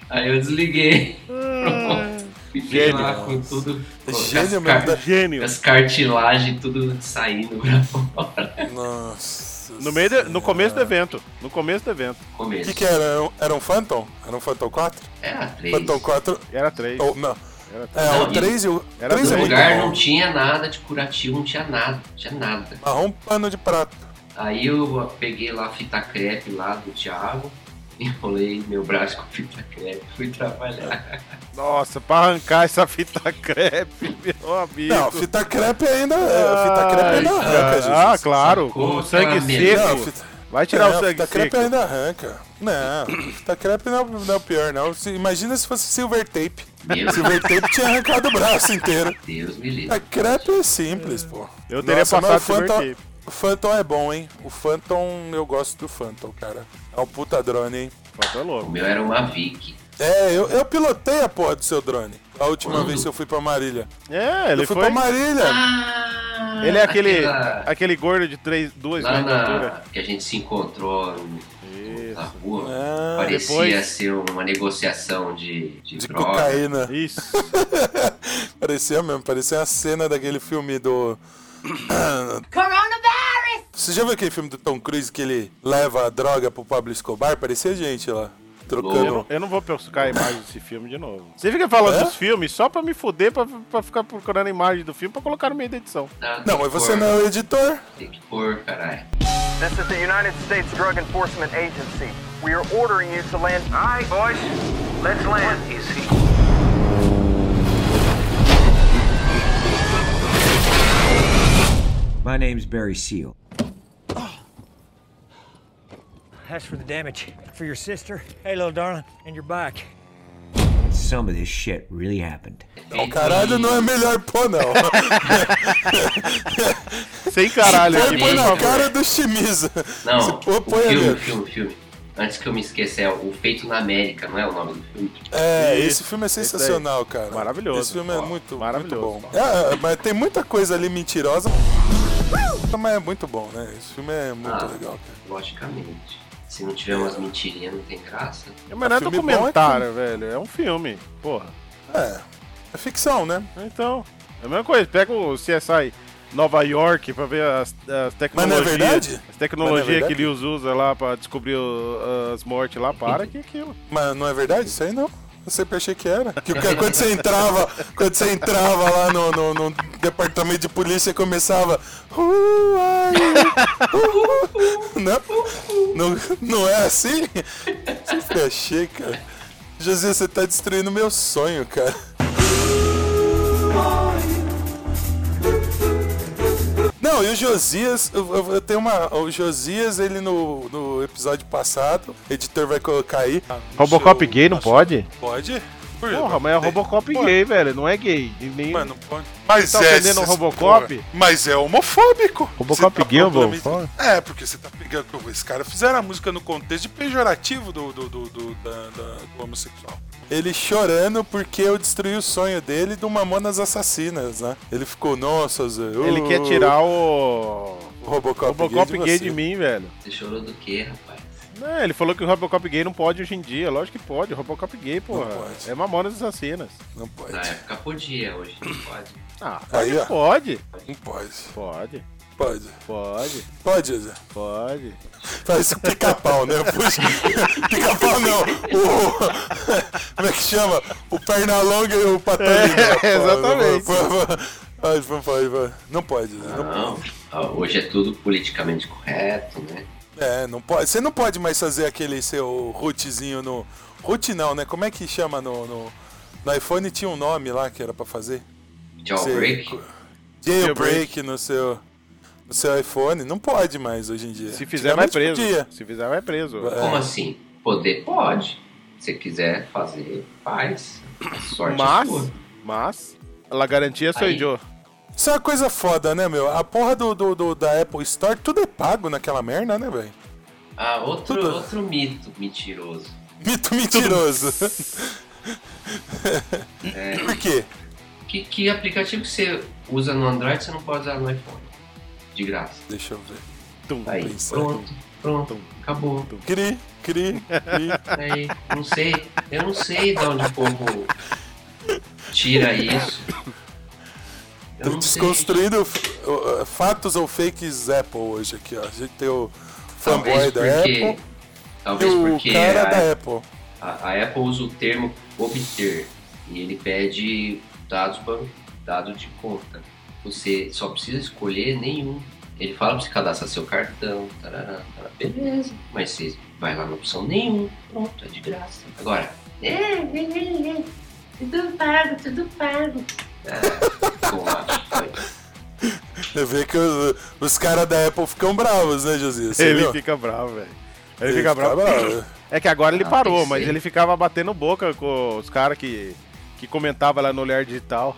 Speaker 5: Aí eu desliguei. Pronto. Fiquei
Speaker 1: Gênio.
Speaker 5: lá com tudo. com as
Speaker 2: Hum. Gênio
Speaker 5: car-
Speaker 2: mesmo,
Speaker 1: Gênio.
Speaker 5: As cartilagens tudo saindo pra fora.
Speaker 2: Nossa.
Speaker 1: No, meio de- no começo do evento. No começo do evento.
Speaker 2: O
Speaker 5: Começo.
Speaker 2: que, que era? Era um- Era um Phantom? Era um Phantom 4?
Speaker 5: Era três.
Speaker 2: Phantom 4.
Speaker 1: Era três.
Speaker 2: Ou não.
Speaker 1: Era três.
Speaker 2: É,
Speaker 5: Não,
Speaker 2: o 3 e o.
Speaker 1: era
Speaker 2: 3 é
Speaker 5: No
Speaker 1: três. né?
Speaker 2: muito
Speaker 5: lugar não
Speaker 2: bom.
Speaker 5: tinha nada de curativo, não tinha nada. Não tinha nada.
Speaker 2: Marrom pano de prato.
Speaker 5: Aí eu peguei lá a fita crepe lá do Thiago, enrolei meu braço com fita crepe e fui trabalhar.
Speaker 1: Nossa, pra arrancar essa fita crepe, meu amigo.
Speaker 2: Não, fita crepe ainda. é, Fita crepe ainda
Speaker 1: Ai,
Speaker 2: arranca,
Speaker 1: Ah, cara. Ah,
Speaker 2: Jesus.
Speaker 1: claro. Com
Speaker 5: Sacou
Speaker 1: o sangue
Speaker 5: aquela
Speaker 2: Não,
Speaker 1: seco.
Speaker 2: fita.
Speaker 1: Vai tirar
Speaker 2: É,
Speaker 1: o sangue
Speaker 2: fita crepe
Speaker 1: seco.
Speaker 2: ainda arranca. Não, fita crepe não, não é o pior, não. Se- Imagina se fosse silver tape.
Speaker 5: Meu
Speaker 2: Silver tape tinha arrancado o braço inteiro.
Speaker 5: Deus me livre.
Speaker 2: A crepe é simples, pô.
Speaker 1: Eu teria
Speaker 2: mas
Speaker 1: passado
Speaker 2: o Phantom,
Speaker 1: silver tape.
Speaker 2: O Phantom é bom, hein? O Phantom, eu gosto do Phantom, cara. É um puta drone, hein?
Speaker 1: Pô, tá
Speaker 5: O
Speaker 1: louco.
Speaker 5: meu era uma Vic.
Speaker 2: É, eu, eu pilotei a porra do seu drone. A última
Speaker 5: Quando?
Speaker 2: vez que eu fui pra Marília.
Speaker 1: É, ele
Speaker 2: eu fui
Speaker 1: foi.
Speaker 2: pra Marília.
Speaker 5: Ah,
Speaker 1: Ele é aquele,
Speaker 5: aquela-
Speaker 1: aquele gordo de três, duas
Speaker 5: lá
Speaker 1: metros de
Speaker 5: na,
Speaker 1: altura.
Speaker 5: que a gente se encontrou no- na rua.
Speaker 2: Ah,
Speaker 5: Parecia
Speaker 1: depois-
Speaker 5: ser uma negociação de, de,
Speaker 2: De
Speaker 5: droga.
Speaker 2: cocaína.
Speaker 1: Isso.
Speaker 2: Parecia mesmo, parecia a cena daquele filme do.
Speaker 3: Coronavirus!
Speaker 2: Você já viu aquele filme do Tom Cruise que ele leva a droga pro Pablo Escobar? Parecia gente lá.
Speaker 1: Eu
Speaker 2: Trocando.
Speaker 1: não, eu não vou buscar a imagem desse filme de novo. Você fica falando
Speaker 2: É?
Speaker 1: dos filmes só pra me foder, pra, pra ficar procurando a imagem do filme pra colocar no meio da edição.
Speaker 5: Tá, tem
Speaker 2: Não,
Speaker 5: que
Speaker 2: mas você
Speaker 5: pôr,
Speaker 2: não é o editor.
Speaker 5: Tem que pôr, caralho.
Speaker 12: This is the United States Drug Enforcement Agency. We are ordering you to land. All right, boys. Let's land. Easy.
Speaker 13: My name's Barry Seal.
Speaker 14: That's for the damage. For your sister, hey little darling, and your bike.
Speaker 13: Some of this shit really happened.
Speaker 2: Não, caralho não é melhor pô, não.
Speaker 1: Sem caralho.
Speaker 2: Põe, põe na
Speaker 5: Mesmo,
Speaker 2: cara
Speaker 5: velho.
Speaker 2: do Chimiza. Se
Speaker 5: Não,
Speaker 2: pôr,
Speaker 5: o
Speaker 2: põe
Speaker 5: filme, o
Speaker 2: ali.
Speaker 5: filme, o filme. Antes que eu me esqueça, é o Feito na América, não é o nome do filme?
Speaker 2: É,
Speaker 5: Isso.
Speaker 2: esse filme é
Speaker 5: Esse daí.
Speaker 2: sensacional, cara.
Speaker 5: Maravilhoso.
Speaker 2: Esse filme é muito,
Speaker 1: maravilhoso.
Speaker 2: muito bom. É, é, mas tem muita coisa ali mentirosa. Mas é muito bom, né? Esse filme é muito
Speaker 5: Ah,
Speaker 2: legal.
Speaker 5: Logicamente. Se não tiver umas mentirinhas, não tem graça.
Speaker 1: Mas
Speaker 2: um
Speaker 1: não é documentário, velho. É um filme, porra.
Speaker 2: É. É ficção, né?
Speaker 1: Então. É a mesma coisa. Pega o CSI Nova York pra ver as, as
Speaker 2: Mas não
Speaker 1: tecnologias.
Speaker 2: é verdade?
Speaker 1: As
Speaker 2: Mas não é
Speaker 1: tecnologias
Speaker 2: verdade?
Speaker 1: que Lewis usa lá pra descobrir o- as mortes lá. Para que aquilo.
Speaker 2: Mas não é verdade? Isso aí não. Eu sempre achei que era. Que o cara- quando você entrava, quando você entrava lá no, no- no departamento de polícia começava. "Who are you?" Né? não? não? Não é assim? Sempre achei, cara. Josias, você tá destruindo meu sonho, cara. Não, e o Josias, eu, eu- eu tenho uma. O Josias, ele no, no episódio passado, o editor vai colocar aí.
Speaker 1: Robocop gay não pode?
Speaker 2: Pode?
Speaker 1: Porra, mas é Robocop gay, velho. Não é gay. E Nem...
Speaker 2: Mano, não pode. Mas
Speaker 1: tá
Speaker 2: é
Speaker 1: ofendendo o
Speaker 2: essas
Speaker 1: Robocop?
Speaker 2: porra. Mas é homofóbico. tá
Speaker 1: Robocop gay, eu vou.
Speaker 2: Provavelmente- É, porque você tá pegando. Esses caras fizeram a música no contexto de pejorativo do, do, do, do- da- da- do homossexual. Ele chorando porque eu destruí o sonho dele do Mamonas Assassinas, né? Ele ficou, nossa, Zé.
Speaker 1: Ele quer tirar o.
Speaker 2: Robocop,
Speaker 1: Robocop gay, de,
Speaker 2: você."
Speaker 1: mim, velho.
Speaker 5: Você chorou do quê, rapaz?
Speaker 1: Não, ele falou que o Robocop gay não pode hoje em dia. Lógico que pode. Robocop gay, porra. É Mamonas Assassinas.
Speaker 2: Não pode.
Speaker 5: Na época podia, hoje não pode.
Speaker 1: Ah,
Speaker 2: Aí,
Speaker 1: pode,
Speaker 2: ó.
Speaker 1: pode.
Speaker 2: Não pode.
Speaker 1: Pode.
Speaker 2: Pode.
Speaker 1: Pode.
Speaker 2: Pode, Zé.
Speaker 1: Pode.
Speaker 2: Faz Tá, isso com pica-pau, né? Puxa. Pica-pau não. O... Como é que chama? O Pernalonga e o Patolino.
Speaker 1: É, exatamente.
Speaker 2: Pode, pode, pode, pode. Não pode, né? Não
Speaker 5: Não, ah, hoje é tudo politicamente correto, né?
Speaker 2: É, não pode. Você não pode mais fazer aquele seu rootzinho no. Root não, né? Como é que chama no. No, no iPhone tinha um nome lá que era pra fazer.
Speaker 5: Jailbreak?
Speaker 2: Você- Jailbreak no seu. No seu iPhone. Não pode mais hoje em dia.
Speaker 1: Se fizer, vai
Speaker 2: Antigamente
Speaker 1: preso.
Speaker 2: podia.
Speaker 1: Se fizer, vai preso.
Speaker 5: Como assim? Poder pode. Se quiser fazer, faz. A Sorte é
Speaker 1: Mas,
Speaker 5: sua.
Speaker 1: mas, ela garantia sou
Speaker 5: Aí.
Speaker 1: eu.
Speaker 2: Isso é uma coisa foda, né, meu? A porra do, do- do- da Apple Store, tudo é pago naquela merda, né, velho?
Speaker 5: Ah, outro, outro mito mentiroso.
Speaker 2: Mito mentiroso.
Speaker 5: É,
Speaker 2: Por quê?
Speaker 5: que, que aplicativo que você usa no Android você não pode usar no iPhone? De graça. Tá
Speaker 2: Deixa eu ver.
Speaker 1: Tum,
Speaker 5: Aí,
Speaker 2: pensar.
Speaker 5: pronto, pronto, acabou. Tá
Speaker 2: Cri, cri, cri.
Speaker 5: Aí, não sei, eu não sei de onde o povo tira isso. Eu não sei.
Speaker 2: Desconstruindo f- o- o- fatos ou fakes Apple hoje aqui, ó. A gente tem o
Speaker 5: Talvez
Speaker 2: fanboy da
Speaker 5: porque,
Speaker 2: Apple e
Speaker 5: talvez
Speaker 2: o
Speaker 5: porque
Speaker 2: cara
Speaker 5: a,
Speaker 2: da Apple.
Speaker 5: a- a Apple usa o termo obter e ele pede dados ban- dado de conta. Você só precisa escolher nenhum. Ele fala pra você cadastrar seu cartão, tarará, tarará, beleza. Mas você vai lá na opção nenhum, pronto, é de graça. Agora, é, é, é, é, tudo pago, tudo pago. Ah, bom, acho que foi.
Speaker 2: Você vê que os, os caras da Apple ficam bravos, né, Josias? Você
Speaker 1: Ele
Speaker 2: viu?
Speaker 1: fica bravo, velho. Ele,
Speaker 2: Ele
Speaker 1: fica
Speaker 2: fica
Speaker 1: bravo.
Speaker 2: bravo.
Speaker 1: É que agora ele
Speaker 5: Ah, tem
Speaker 1: parou,
Speaker 5: que
Speaker 1: mas
Speaker 5: ser.
Speaker 1: ele ficava batendo boca com os caras que, que comentava lá no Olhar Digital.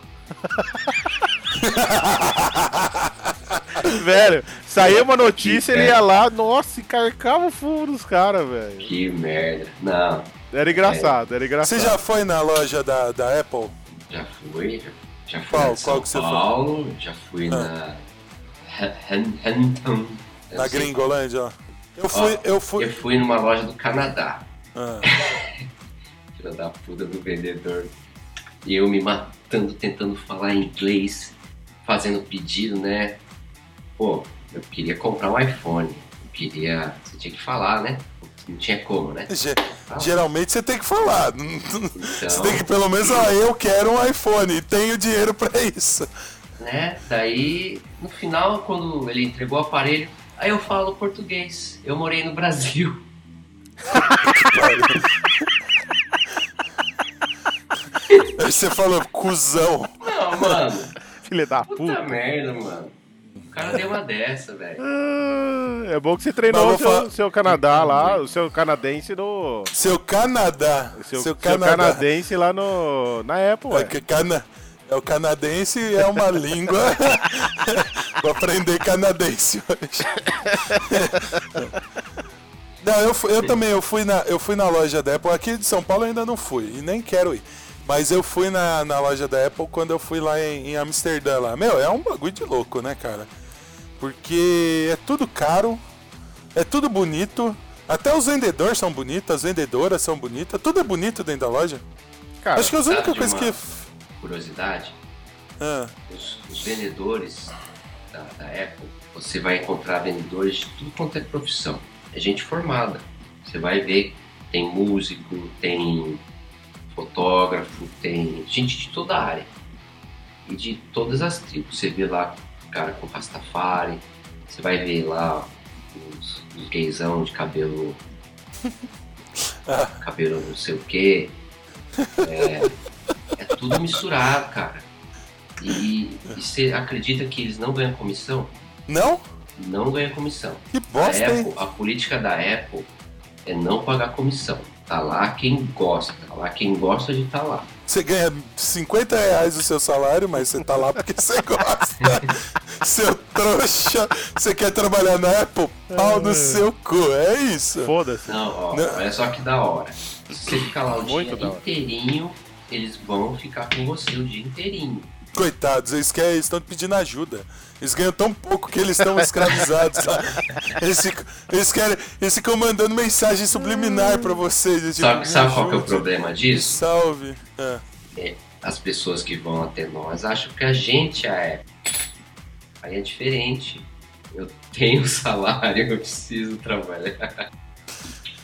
Speaker 1: velho, saía uma notícia, ele ia lá, nossa, e carcava o fumo dos caras, velho.
Speaker 5: Que merda. Não,
Speaker 1: Era engraçado, era engraçado.
Speaker 2: Você já foi na loja da, da Apple?
Speaker 5: já fui, já, já fui
Speaker 2: Qual-
Speaker 5: na de São
Speaker 2: qual que você foi? Ah.
Speaker 5: Paulo, já fui na... Huntington. Eu
Speaker 2: Na
Speaker 5: sei.
Speaker 2: Gringolândia, ó. Eu
Speaker 5: Ó,
Speaker 2: fui, eu fui.
Speaker 5: Eu fui numa loja do Canadá.
Speaker 2: Ah.
Speaker 5: Filha da puta do vendedor. E eu me matando, tentando falar inglês, fazendo pedido, né? Pô, eu queria comprar um iPhone. Eu queria. Você tinha que falar, né? Não tinha como, né?
Speaker 2: Ge- Geralmente você tem que falar. Você
Speaker 5: Então.
Speaker 2: tem que pelo menos, ó, eu quero um iPhone e tenho dinheiro pra isso.
Speaker 5: né? Daí, no final, quando ele entregou o aparelho, aí eu falo português. Eu morei no Brasil.
Speaker 2: Aí você falou, cuzão.
Speaker 5: Não, mano.
Speaker 1: Filha da
Speaker 5: Puta
Speaker 1: puta.
Speaker 5: merda, mano. O cara deu uma dessa, velho.
Speaker 1: É bom que você treinou
Speaker 5: Mas
Speaker 1: o
Speaker 5: eu
Speaker 1: seu,
Speaker 5: vou falar-
Speaker 1: seu Canadá lá, o seu canadense no.
Speaker 2: Seu Canadá.
Speaker 1: Seu,
Speaker 2: Seu
Speaker 1: Canadá.
Speaker 2: Canadá.
Speaker 1: canadense lá no. Na Apple, ué.
Speaker 2: É, cana... é o canadense é uma língua. Vou aprender canadense hoje. Não, eu, fu- eu também, eu fui, na, eu fui na loja da Apple, aqui de São Paulo eu ainda não fui, e nem quero ir. Mas eu fui na, na loja da Apple quando eu fui lá em, em Amsterdã lá. Meu, é um bagulho de louco, né, cara? Porque é tudo caro, é tudo bonito, até os vendedores são bonitos, as vendedoras são bonitas, tudo é bonito dentro da loja. Acho que é as
Speaker 5: sabe
Speaker 2: únicas
Speaker 5: de
Speaker 2: coisas
Speaker 5: uma
Speaker 2: que.
Speaker 5: Curiosidade,
Speaker 2: Ah,
Speaker 5: os, os vendedores da, da Apple, você vai encontrar vendedores de tudo quanto é profissão. É gente formada. Você vai ver, tem músico, tem fotógrafo, tem gente de toda a área. E de todas as tribos. Você vê lá o cara com Rastafari, você vai ver lá os, os gaysão de cabelo. cabelo não sei o quê. É, é tudo misturado, cara. E, e você acredita que eles não ganham comissão?
Speaker 2: Não?
Speaker 5: Não ganham comissão.
Speaker 2: Que
Speaker 5: bosta, a, Apple, a política da Apple é não pagar comissão. Tá lá quem gosta, tá lá quem gosta de tá lá.
Speaker 2: Você ganha 50 reais o seu salário, mas você tá lá porque você gosta. seu trouxa, você quer trabalhar na Apple? Pau no seu cu, é isso.
Speaker 1: Foda-se.
Speaker 5: Não, ó, olha só que da hora. Se você ficar lá o dia inteirinho, eles vão ficar com você o dia inteirinho.
Speaker 2: Coitados, eles querem, eles estão pedindo ajuda. Eles ganham tão pouco que eles estão escravizados. sabe? eles, ficam, eles querem, eles ficam mandando mensagem subliminar pra vocês. tipo,
Speaker 5: Sabe, sabe
Speaker 2: me
Speaker 5: qual que é o
Speaker 2: ajude,
Speaker 5: problema
Speaker 2: me
Speaker 5: disso?
Speaker 2: Salve. É.
Speaker 5: É, as pessoas que vão até nós acham que a gente é a Apple. Aí é diferente. Eu tenho um salário, eu preciso trabalhar.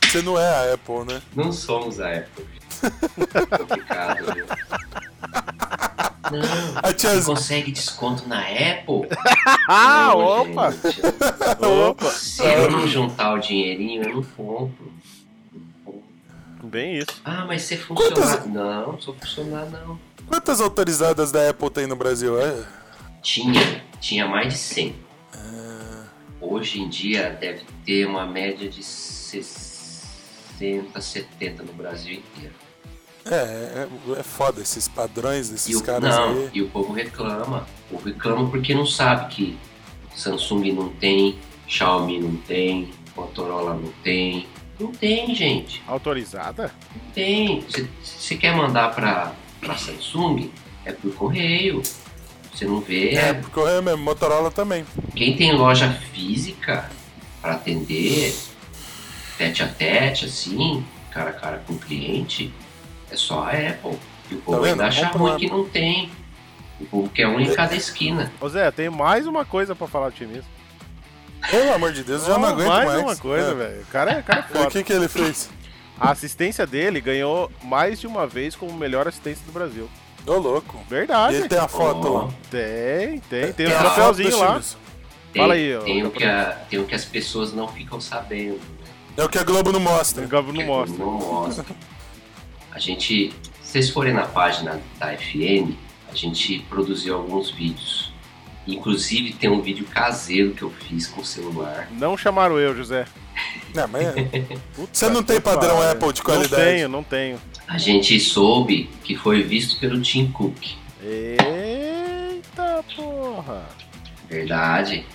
Speaker 2: Você não é a Apple, né?
Speaker 5: Não somos a Apple. Complicado. viu? Não,
Speaker 2: a tia...
Speaker 5: consegue desconto na Apple?
Speaker 1: Ah,
Speaker 5: Não,
Speaker 1: opa!
Speaker 5: gente.
Speaker 1: Opa!
Speaker 5: Se eu não juntar o dinheirinho, eu não compro.
Speaker 1: Bem isso.
Speaker 5: Ah, mas você funcionário. Não, não sou funcionário, não.
Speaker 2: Quantas autorizadas da Apple tem no Brasil? É?
Speaker 5: Tinha, tinha mais de 100.
Speaker 1: Ah.
Speaker 5: Hoje em dia deve ter uma média de 60, 70 no Brasil inteiro.
Speaker 2: É, é, é foda esses padrões
Speaker 5: E
Speaker 2: desses
Speaker 5: o,
Speaker 2: caras
Speaker 5: não,
Speaker 2: aí.
Speaker 5: e o povo reclama. O povo reclama porque não sabe que Samsung não tem, Xiaomi não tem, Motorola não tem. Não tem, gente.
Speaker 1: Autorizada?
Speaker 5: Não tem. Se você quer mandar pra, pra Samsung, é por correio. Você não vê.
Speaker 2: É, porque eu mesmo, Motorola também.
Speaker 5: Quem tem loja física pra atender, tete a tete, assim, cara a cara com o cliente, é só a Apple. E o povo
Speaker 1: vendo?
Speaker 5: ainda acha
Speaker 1: Compra
Speaker 5: ruim
Speaker 1: uma-
Speaker 5: que não tem. O povo quer um em cada esquina.
Speaker 1: Ô Zé, tem mais uma coisa pra falar do otimismo.
Speaker 2: Pelo amor de Deus, eu já não aguento
Speaker 1: mais.
Speaker 2: mais.
Speaker 1: uma coisa,
Speaker 2: É.
Speaker 1: velho. O cara, é- o cara é foda.
Speaker 2: O que, que ele fez?
Speaker 1: A assistência dele ganhou mais de uma vez como melhor assistência do Brasil.
Speaker 2: Ô, louco.
Speaker 1: Verdade.
Speaker 2: E ele tem a foto lá?
Speaker 1: Tem, tem. Ah, Tem o
Speaker 2: Tem a
Speaker 1: troféuzinho
Speaker 2: foto do
Speaker 1: lá.
Speaker 2: Chimes.
Speaker 5: Tem,
Speaker 1: Fala aí, ó.
Speaker 5: tem, o que
Speaker 1: Gabriel.
Speaker 5: a- tem o que as pessoas não ficam sabendo.
Speaker 2: É o que a Globo não mostra.
Speaker 1: O Globo não mostra.
Speaker 5: Não mostra. A gente, se vocês forem na página da FM, a gente produziu alguns vídeos. Inclusive tem um vídeo caseiro que eu fiz com o celular.
Speaker 1: Não chamaram eu, José.
Speaker 2: Não, mas... é. Você não tem padrão
Speaker 1: pariu.
Speaker 2: Apple de
Speaker 1: Não
Speaker 2: qualidade?
Speaker 1: tenho, não tenho.
Speaker 5: A gente soube que foi visto pelo Tim Cook.
Speaker 1: Eita porra.
Speaker 5: Verdade.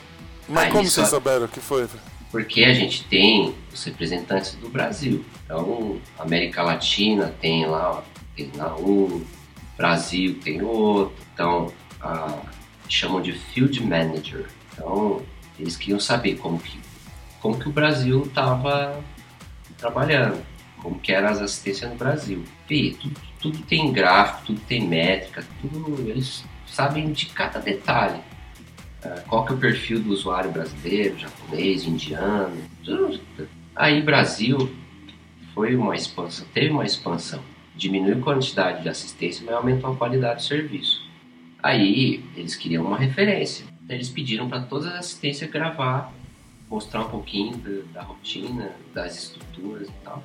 Speaker 2: Mas
Speaker 5: Aí
Speaker 2: como
Speaker 5: só-
Speaker 2: vocês souberam o que foi?
Speaker 5: Porque a gente tem os representantes do Brasil. Então, América Latina tem lá, ó, tem lá um, Brasil tem outro. Então, a- chamam de Field Manager. Então, eles queriam saber como que, como que o Brasil estava trabalhando, como que eram as assistências no Brasil. E tudo, tudo tem gráfico, tudo tem métrica, tudo, eles sabem de cada detalhe. Ah, qual que é o perfil do usuário brasileiro, japonês, indiano. tudo. Aí Brasil foi uma expansão, teve uma expansão. Diminuiu a quantidade de assistência, mas aumentou a qualidade do serviço. Aí eles queriam uma referência. Então, Eles pediram para todas as assistências gravar, mostrar um pouquinho da, da rotina, das estruturas e tal.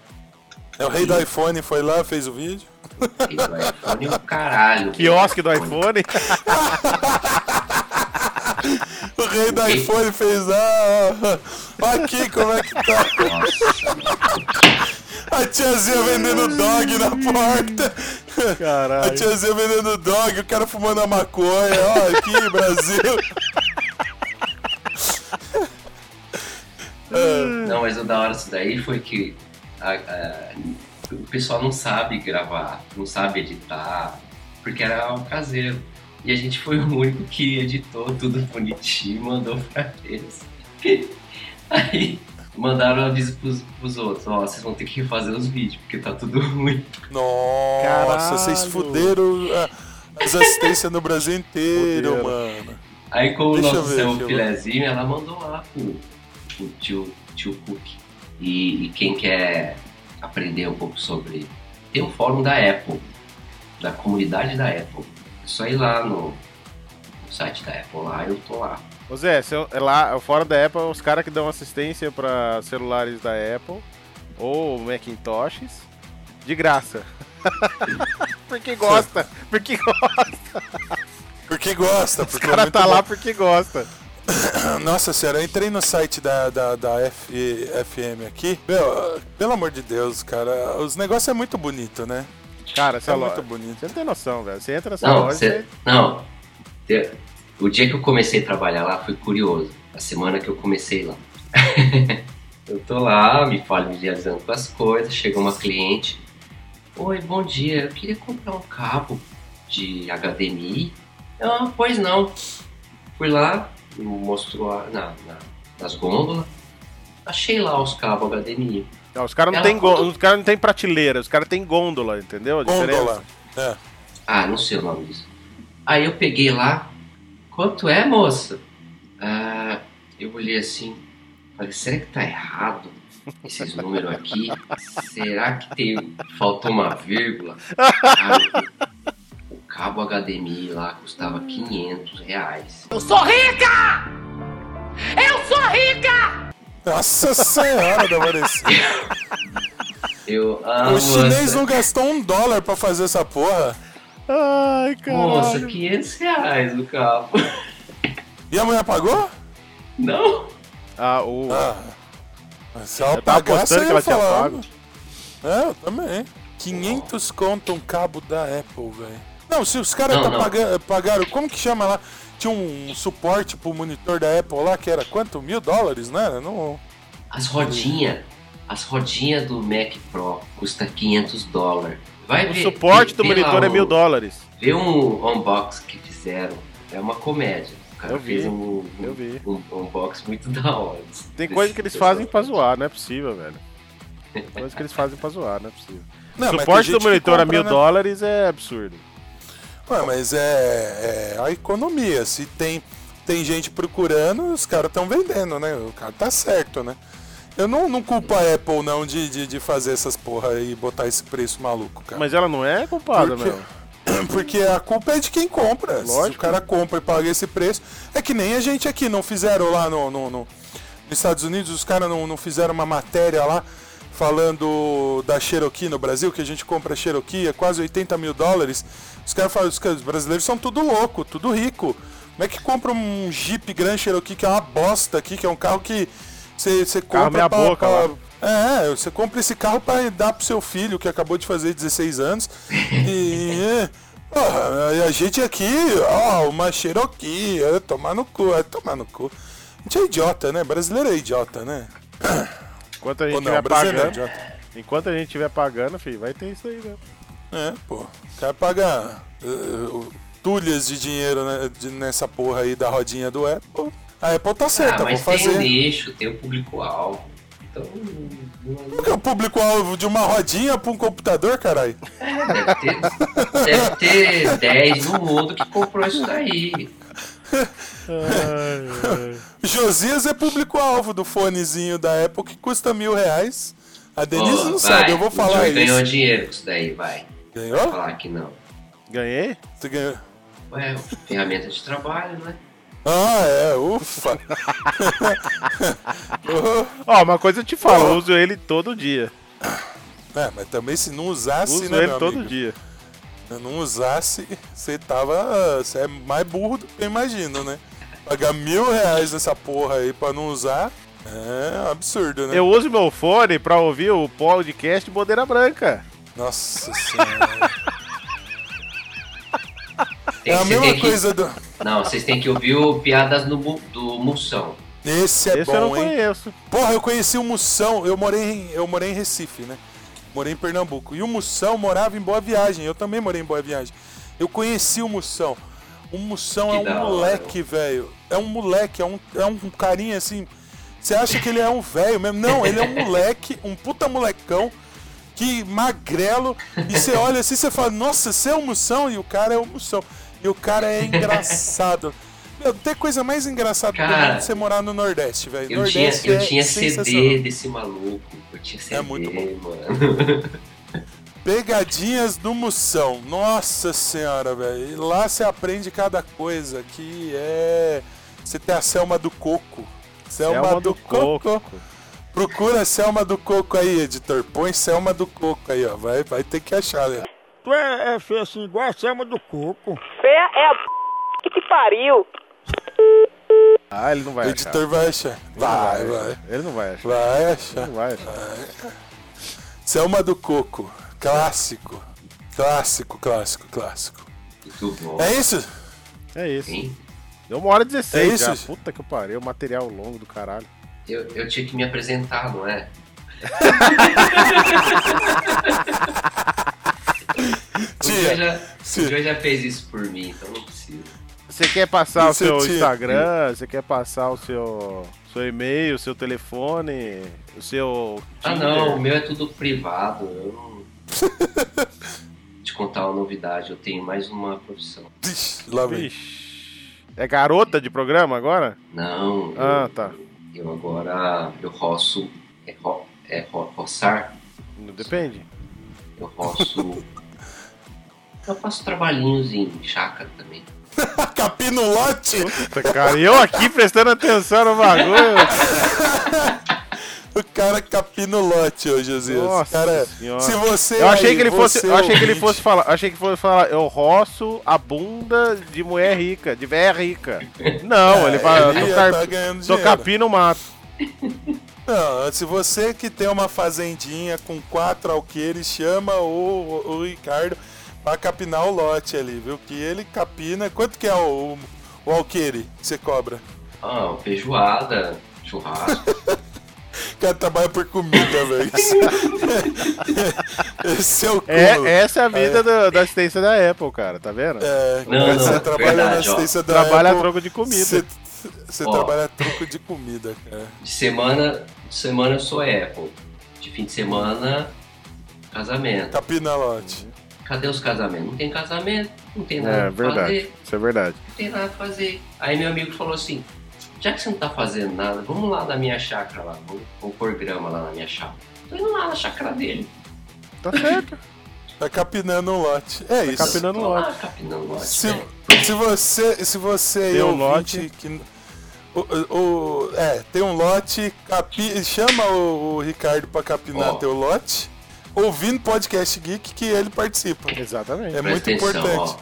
Speaker 2: É o rei do iPhone, foi lá, fez o vídeo.
Speaker 5: Rei do iPhone, o caralho.
Speaker 1: Quiosque do iPhone.
Speaker 2: o rei do iPhone fez. Ah, ó, aqui como é que tá. A tiazinha vendendo dog na porta.
Speaker 1: Caralho.
Speaker 2: A tiazinha vendendo dog, o cara fumando a maconha. Ó, aqui, Brasil.
Speaker 5: Não, mas o da hora disso daí foi que a- a- o pessoal não sabe gravar, não sabe editar, porque era algo caseiro. E a gente foi o único que editou tudo bonitinho, mandou pra eles. Aí mandaram um aviso pros, pros outros, ó, vocês vão ter que refazer os vídeos, porque tá tudo ruim.
Speaker 2: Nossa, vocês fuderam a- as assistências no Brasil inteiro,
Speaker 5: Fuderam.
Speaker 2: mano.
Speaker 5: Aí como
Speaker 2: Deixa
Speaker 5: o
Speaker 2: eu
Speaker 5: nosso
Speaker 2: ver,
Speaker 5: céu
Speaker 2: deixa eu ver.
Speaker 5: filezinho, ela mandou lá pro, pro tio, tio Cook. E, e quem quer aprender um pouco sobre. Tem o fórum da Apple, da comunidade da Apple. É só ir lá no, no site da Apple lá, eu tô lá.
Speaker 1: Ô Zé, se eu- é lá, fora da Apple, os caras que dão assistência pra celulares da Apple ou Macintoshes, de graça. porque gosta, porque gosta.
Speaker 2: Porque gosta, porque
Speaker 1: Os cara
Speaker 2: é muito
Speaker 1: tá lá
Speaker 2: bom.
Speaker 1: porque gosta.
Speaker 2: Nossa senhora, eu entrei no site da, da, da F- FM aqui. Meu, pelo amor de Deus, cara, os negócios é muito bonito, né?
Speaker 1: Cara, essa
Speaker 2: é
Speaker 1: loja-
Speaker 2: muito bonito.
Speaker 1: Você não tem noção, velho. Você entra nessa
Speaker 5: Não,
Speaker 1: loja.
Speaker 5: cê-
Speaker 1: você-
Speaker 5: não. Eu- O dia que eu comecei a trabalhar lá foi curioso. A semana que eu comecei lá. eu tô lá, me familiarizando com as coisas, chega uma cliente. Oi, bom dia. Eu queria comprar um cabo de HDMI. Ah, pois não. Fui lá, mostrou a- na, na- nas gôndolas. Achei lá os cabos HDMI.
Speaker 1: Não, os caras não,
Speaker 5: Ela
Speaker 1: tem gô- os cara não tem prateleira, os caras tem gôndola, entendeu? A diferença.
Speaker 5: Ah, não sei o nome disso. Aí eu peguei lá, quanto é, moça? Ah, eu olhei assim, falei, será que tá errado esses números aqui? Será que tem, faltou uma vírgula? Ah, o cabo HDMI lá custava 500 reais.
Speaker 3: Eu sou rica! Eu sou rica!
Speaker 2: Nossa senhora, da Vanessa.
Speaker 5: Eu "Ah, amo
Speaker 2: o chinês
Speaker 5: essa-
Speaker 2: não gastou um dólar pra fazer essa porra.
Speaker 1: Ai,
Speaker 5: Moça, 500 reais o cabo.
Speaker 2: E a mulher pagou?
Speaker 5: Não.
Speaker 1: Ah, o.
Speaker 2: Se ela
Speaker 1: Eu tava
Speaker 2: pagar,
Speaker 1: apostando
Speaker 2: você
Speaker 1: que
Speaker 2: tá, ia
Speaker 1: ela tinha
Speaker 2: falar.
Speaker 1: pago.
Speaker 2: É, eu também. 500 conto um cabo da Apple, velho. Não, se os caras
Speaker 5: Não,
Speaker 2: tá
Speaker 5: não.
Speaker 2: paga- pagaram, como que chama lá? Tinha um suporte pro monitor da Apple lá, que era quanto? Mil dólares, né? Não...
Speaker 5: As rodinhas, as rodinhas do Mac Pro custa 500 dólares. Vai
Speaker 1: o
Speaker 5: ver-
Speaker 1: suporte
Speaker 5: vê-
Speaker 1: do
Speaker 5: vê lá
Speaker 1: monitor é
Speaker 5: o-
Speaker 1: mil dólares.
Speaker 5: Vê um unboxing que fizeram, é uma comédia. O cara
Speaker 1: Eu vi,
Speaker 5: fez um,
Speaker 1: eu vi.
Speaker 5: um unboxing muito da hora.
Speaker 1: Tem coisa que eles fazem pra zoar, não é possível, velho. Tem coisa que eles fazem pra zoar, não é possível.
Speaker 2: Não,
Speaker 1: o
Speaker 2: mas
Speaker 1: suporte
Speaker 2: tem
Speaker 1: do
Speaker 2: gente que
Speaker 1: monitor a
Speaker 2: compra,
Speaker 1: mil
Speaker 2: né?
Speaker 1: dólares é absurdo.
Speaker 2: Ué, mas é, é a economia. Se tem, tem gente procurando, os caras estão vendendo, né? O cara tá certo, né? Eu não, não culpo a Apple, não, de, de, de fazer essas porra e botar esse preço maluco, cara.
Speaker 1: Mas ela não é culpada,
Speaker 2: Porque-
Speaker 1: meu.
Speaker 2: Porque a culpa é de quem compra. Se o
Speaker 1: Lógico.
Speaker 2: cara compra e paga esse preço. É que nem a gente aqui, não fizeram lá no, no- no- nos Estados Unidos, os caras não, não fizeram uma matéria lá falando da Cherokee no Brasil, que a gente compra Cherokee, é quase 80 mil dólares. Os caras falam, os, caras- os brasileiros são tudo louco, tudo rico. Como é que compra um Jeep Grand Cherokee, que é uma bosta aqui, que é um carro que você você
Speaker 1: Carro
Speaker 2: compra
Speaker 1: meia
Speaker 2: pra-
Speaker 1: boca
Speaker 2: pra-
Speaker 1: lá.
Speaker 2: é, você compra esse carro pra dar pro seu filho que acabou de fazer 16 anos. E. é, porra, e a gente aqui, ó, uma Cherokee, é, tomar no cu, é tomar no cu. A gente é idiota, né? Brasileiro é idiota, né?
Speaker 1: Enquanto a
Speaker 2: Ou
Speaker 1: gente
Speaker 2: não,
Speaker 1: tiver
Speaker 2: brasileiro é
Speaker 1: pagando.
Speaker 2: idiota.
Speaker 1: Enquanto a gente tiver pagando, filho, vai ter isso aí, né? mesmo.
Speaker 2: É, pô. O cara paga eh, tulhas de dinheiro né, de- nessa porra aí da rodinha do Apple. A Apple tá certa,
Speaker 5: Ah,
Speaker 2: vou
Speaker 5: mas tem
Speaker 2: fazer.
Speaker 5: o nicho, tem o público-alvo. Então,
Speaker 2: Qual que é o público-alvo de uma rodinha pra um computador, caralho?
Speaker 5: deve ter 10 no mundo que comprou isso daí.
Speaker 2: Josias é público-alvo do fonezinho da Apple que custa mil reais. A Denise
Speaker 5: Ó,
Speaker 2: não
Speaker 5: vai,
Speaker 2: sabe, eu vou
Speaker 5: o
Speaker 2: falar
Speaker 5: Joey ganhou
Speaker 2: isso.
Speaker 5: dinheiro com isso daí, vai.
Speaker 2: Ganhou?
Speaker 5: Vou falar que não.
Speaker 1: Ganhei?
Speaker 2: Você ganhou.
Speaker 5: Ué, ferramenta de trabalho, né?
Speaker 2: Ah, é, ufa.
Speaker 1: Ó, uma coisa eu te falo, eu uso ele todo dia.
Speaker 2: É, mas também se não usasse,
Speaker 1: Uso
Speaker 2: né,
Speaker 1: ele
Speaker 2: meu
Speaker 1: todo
Speaker 2: amigo?
Speaker 1: dia.
Speaker 2: Se não usasse, você tava. Você é mais burro do que eu imagino, né? Pagar mil reais nessa porra aí pra não usar é absurdo, né?
Speaker 1: Eu uso meu fone pra ouvir o podcast Bandeira Branca.
Speaker 2: Nossa senhora.
Speaker 5: Tem
Speaker 2: É a
Speaker 5: que- você
Speaker 2: mesma
Speaker 5: tem que-
Speaker 2: coisa do.
Speaker 5: Não, vocês têm que ouvir o Piadas no, Mu- do Moção.
Speaker 2: Esse é
Speaker 5: Esse
Speaker 2: bom,
Speaker 5: eu não
Speaker 2: hein?
Speaker 1: conheço.
Speaker 2: Porra, eu conheci o Moção, eu morei, em, eu morei em Recife, né? Morei em Pernambuco. E o Moção morava em Boa Viagem, eu também morei em Boa Viagem. Eu conheci o Moção. O Moção
Speaker 5: Que
Speaker 2: é um
Speaker 5: da hora,
Speaker 2: moleque, velho. É um moleque, é um, é um carinha assim. Você acha que ele é um velho mesmo? Não, ele é um moleque, um puta molecão, que magrelo. E você olha assim, você fala, nossa, você é o Moção? E o cara é o Moção. E o cara é engraçado. Meu, tem coisa mais engraçada do
Speaker 5: Cara,
Speaker 2: mundo você morar no Nordeste, velho.
Speaker 5: Eu tinha,
Speaker 2: Nordeste
Speaker 5: eu
Speaker 2: é
Speaker 5: tinha CD
Speaker 2: sensacional. É
Speaker 5: desse maluco. Eu tinha CD, mano.
Speaker 2: Pegadinhas do Moção. Nossa senhora, velho. E Lá você aprende cada coisa que é. Você tem a Selma do Coco. Selma,
Speaker 1: Selma
Speaker 2: do,
Speaker 1: do
Speaker 2: Coco.
Speaker 1: Coco.
Speaker 2: Procura a Selma do Coco aí, editor. Põe Selma do Coco aí, ó. Vai, vai ter que achar, né?
Speaker 14: Tu é, é feio assim, igual a Selma do Coco.
Speaker 15: Pé é a p... que te pariu.
Speaker 1: Ah, ele não vai
Speaker 2: O
Speaker 1: achar.
Speaker 2: editor vai achar. Vai,
Speaker 1: Ele não
Speaker 2: vai.
Speaker 1: Ele não vai achar.
Speaker 2: Vai achar.
Speaker 1: Não vai.
Speaker 2: Selma do Coco. Clássico. Clássico, clássico, clássico.
Speaker 5: Muito bom.
Speaker 2: É isso?
Speaker 1: É isso.
Speaker 5: Sim.
Speaker 1: Deu uma hora e 16
Speaker 2: É isso,
Speaker 1: já.
Speaker 2: gente?
Speaker 1: Puta que pariu, material longo do caralho.
Speaker 5: Eu, eu tinha que me apresentar, não é? o Joe já, o Joe já fez isso por mim, então não precisa.
Speaker 1: Você quer passar o
Speaker 5: Isso,
Speaker 1: seu
Speaker 5: tia.
Speaker 1: Instagram, você quer passar o seu, seu e-mail, o seu telefone, o seu.
Speaker 5: Ah
Speaker 1: Tinder?
Speaker 5: não, o meu é tudo privado. Eu não... Te contar uma novidade, eu tenho mais uma profissão.
Speaker 2: Lá vem.
Speaker 1: É garota de programa agora?
Speaker 5: Não.
Speaker 1: Ah,
Speaker 5: eu-
Speaker 1: tá.
Speaker 5: Eu agora. Eu roço. É, ro, é ro, roçar?
Speaker 1: Não depende.
Speaker 5: Eu roço. eu faço trabalhinhos em chácara também.
Speaker 2: Capinolote!
Speaker 1: Puta, cara, eu aqui prestando atenção no bagulho.
Speaker 2: O cara capinolote hoje, Josias.
Speaker 1: Nossa
Speaker 2: cara,
Speaker 1: senhora.
Speaker 2: se você.
Speaker 1: eu achei
Speaker 2: aí,
Speaker 1: que ele fosse,
Speaker 2: você
Speaker 1: eu achei que ele
Speaker 2: ouvinte-
Speaker 1: fosse falar, achei que fosse falar, eu roço a bunda de mulher rica, de véia rica. Não,
Speaker 2: É,
Speaker 1: ele fala,
Speaker 2: ele
Speaker 1: sou,
Speaker 2: ia
Speaker 1: car...
Speaker 2: tá ganhando
Speaker 1: sou
Speaker 2: dinheiro."
Speaker 1: capim no mato.
Speaker 2: Não, se você que tem uma fazendinha com quatro alqueires, chama o, o- o Ricardo pra capinar o lote ali, viu? Que ele capina. Quanto que é o, o alqueire que você cobra?
Speaker 5: Ah, feijoada, churrasco.
Speaker 2: O cara trabalha por comida, velho. Esse é o
Speaker 1: É,
Speaker 2: cúmulo.
Speaker 1: essa é a vida
Speaker 2: É.
Speaker 1: do- da assistência da Apple, cara, tá vendo?
Speaker 2: É,
Speaker 5: Não,
Speaker 2: quando
Speaker 5: não,
Speaker 2: você trabalha na
Speaker 5: verdade, ó.
Speaker 2: assistência da
Speaker 1: Trabalha
Speaker 2: Apple,
Speaker 1: a troco de comida.
Speaker 2: Você, você
Speaker 5: Ó.
Speaker 2: trabalha a troco de comida, cara.
Speaker 5: De semana, de semana eu sou Apple. De fim de semana, casamento.
Speaker 2: Capina é lote.
Speaker 5: Cadê os casamentos? Não tem casamento, não tem nada
Speaker 1: É
Speaker 5: pra fazer.
Speaker 1: verdade, isso é verdade.
Speaker 5: não tem nada a fazer. Aí meu amigo falou assim, já que você não tá fazendo nada, vamos lá na minha chácara lá, vamos, vamos pôr grama lá na minha chácara. Tô indo lá na chácara dele.
Speaker 1: Tá certo.
Speaker 2: Tá capinando um lote. É isso.
Speaker 1: capinando um
Speaker 5: Tô lá capinando lote.
Speaker 2: Se,
Speaker 5: né?
Speaker 2: se você, se você
Speaker 1: Tem
Speaker 2: é
Speaker 1: um
Speaker 2: ouvinte que o, o- o- é, tem um lote, capi- chama o, o Ricardo pra capinar
Speaker 5: Ó.
Speaker 2: teu lote, ouvindo podcast geek que ele participa.
Speaker 1: Exatamente.
Speaker 2: É muito
Speaker 5: Presta atenção,
Speaker 2: importante.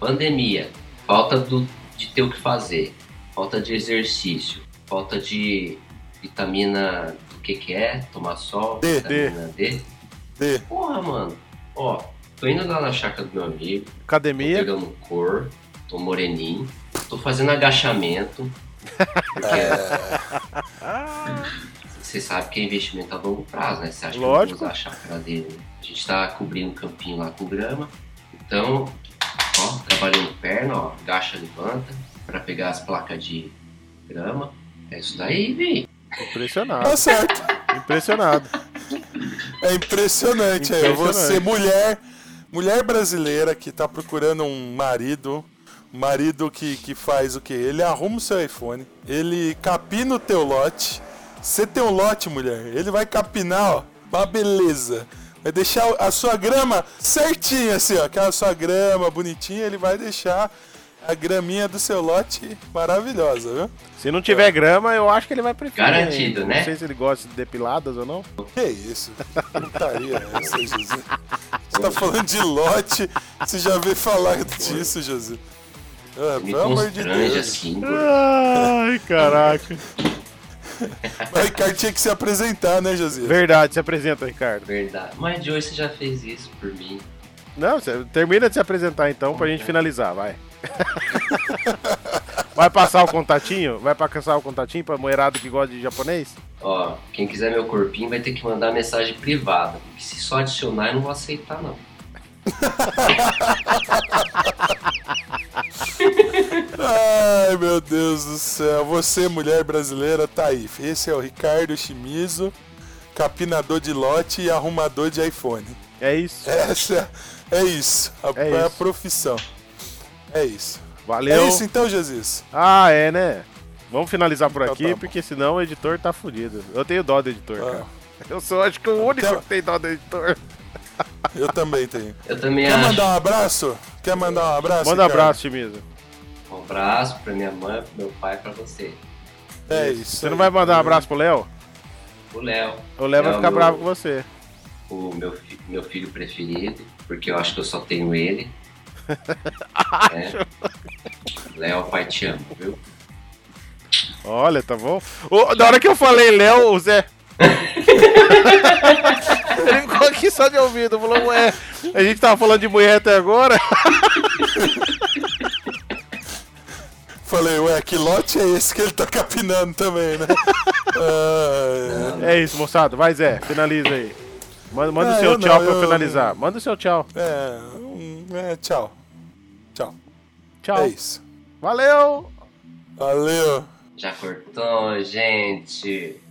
Speaker 5: ó. Pandemia, falta do- de ter o que fazer, falta de exercício, falta de vitamina do que que é, tomar sol,
Speaker 2: D,
Speaker 5: vitamina D.
Speaker 2: D.
Speaker 5: Porra, mano. Ó, tô indo lá na chácara do meu amigo,
Speaker 1: Academia.
Speaker 5: Tô pegando cor, tô moreninho, tô fazendo agachamento. Porque você sabe que é investimento a longo prazo, né? Você acha
Speaker 1: Lógico.
Speaker 5: que eu vou usar a chácara dele? né? A gente tá cobrindo o campinho lá com grama. Então, ó, trabalhando perna, ó, agacha, levanta, pra pegar as placas de grama. É isso daí, vi.
Speaker 1: Impressionado.
Speaker 2: Tá certo.
Speaker 1: Impressionado.
Speaker 2: É impressionante. é. aí. Você,
Speaker 1: Impressionante.
Speaker 2: mulher, mulher brasileira que tá procurando um marido, um marido que, que faz o quê? Ele arruma o seu iPhone, ele capina o teu lote. Você tem um lote, mulher, ele vai capinar, ó, uma beleza. Vai deixar a sua grama certinha, assim, ó. Aquela sua grama bonitinha, ele vai deixar a graminha do seu lote maravilhosa, viu?
Speaker 1: Se não tiver grama, eu acho que ele vai preferir.
Speaker 5: Garantido,
Speaker 1: hein?
Speaker 5: né?
Speaker 1: Não sei se ele gosta de depiladas ou não.
Speaker 2: Que isso? Que putaria é essa, José? Você tá falando de lote, você já veio falar disso, José. É,
Speaker 5: Me
Speaker 2: pelo amor de
Speaker 5: constrange
Speaker 2: Deus. Ah.
Speaker 5: assim.
Speaker 1: Ai, caraca.
Speaker 2: Mas o Ricardo tinha que se apresentar, né, Josias?
Speaker 1: Verdade, se apresenta, Ricardo.
Speaker 5: Verdade. Mas Joey, você já fez isso por mim.
Speaker 1: Não, você- termina de se apresentar então pra
Speaker 5: né?
Speaker 1: gente finalizar, vai. vai passar o contatinho? Vai passar o contatinho pra moerado que gosta de japonês?
Speaker 5: Ó, quem quiser meu corpinho vai ter que mandar mensagem privada. Porque se só adicionar, eu não vou aceitar, não.
Speaker 2: Ai, meu Deus do céu. Você, mulher brasileira, tá aí. Esse é o Ricardo Chimizo, capinador de lote e arrumador de iPhone.
Speaker 1: É isso.
Speaker 2: Essa é isso. A,
Speaker 1: É
Speaker 2: é a
Speaker 1: isso.
Speaker 2: profissão. É isso.
Speaker 1: Valeu.
Speaker 2: É isso então, Jesus.
Speaker 1: Ah, é, né? Vamos finalizar por
Speaker 2: Então
Speaker 1: aqui,
Speaker 2: tá bom.
Speaker 1: porque senão o editor tá fudido. Eu tenho dó do editor,
Speaker 2: Ah,
Speaker 1: cara. Ah. Eu sou, acho que, o único
Speaker 2: Então-
Speaker 1: que tem dó do editor.
Speaker 2: Tá Eu também tenho.
Speaker 5: Eu também
Speaker 2: Quer
Speaker 5: acho.
Speaker 2: mandar um abraço? Quer mandar um abraço?
Speaker 1: Manda
Speaker 2: Ricardo?
Speaker 1: abraço, Chimizo.
Speaker 5: Um abraço pra minha mãe, pro meu pai, pra você.
Speaker 2: É isso.
Speaker 1: Você não vai mandar um abraço pro Léo?
Speaker 5: O Léo.
Speaker 1: O Léo vai
Speaker 5: É o
Speaker 1: ficar
Speaker 5: meu-
Speaker 1: bravo com você.
Speaker 5: O meu, fi- meu filho preferido, porque eu acho que eu só tenho ele. É. Léo, pai, te amo, viu?
Speaker 1: Olha, tá bom? Ô, na hora que eu falei Léo, o Zé. Ele ficou aqui só de ouvido, falou, ué, a gente tava falando de mulher até agora.
Speaker 2: Falei, ué, que lote é esse que ele tá capinando também, né? Ah,
Speaker 1: É isso, moçada. Vai, Zé, finaliza aí. Manda, manda
Speaker 2: Ah,
Speaker 1: o seu
Speaker 2: eu
Speaker 1: tchau
Speaker 2: não,
Speaker 1: pra eu
Speaker 2: eu-
Speaker 1: finalizar. Manda o seu tchau.
Speaker 2: É, hum, é, tchau. Tchau.
Speaker 1: Tchau.
Speaker 2: É isso.
Speaker 1: Valeu!
Speaker 2: Valeu.
Speaker 5: Já cortou, gente.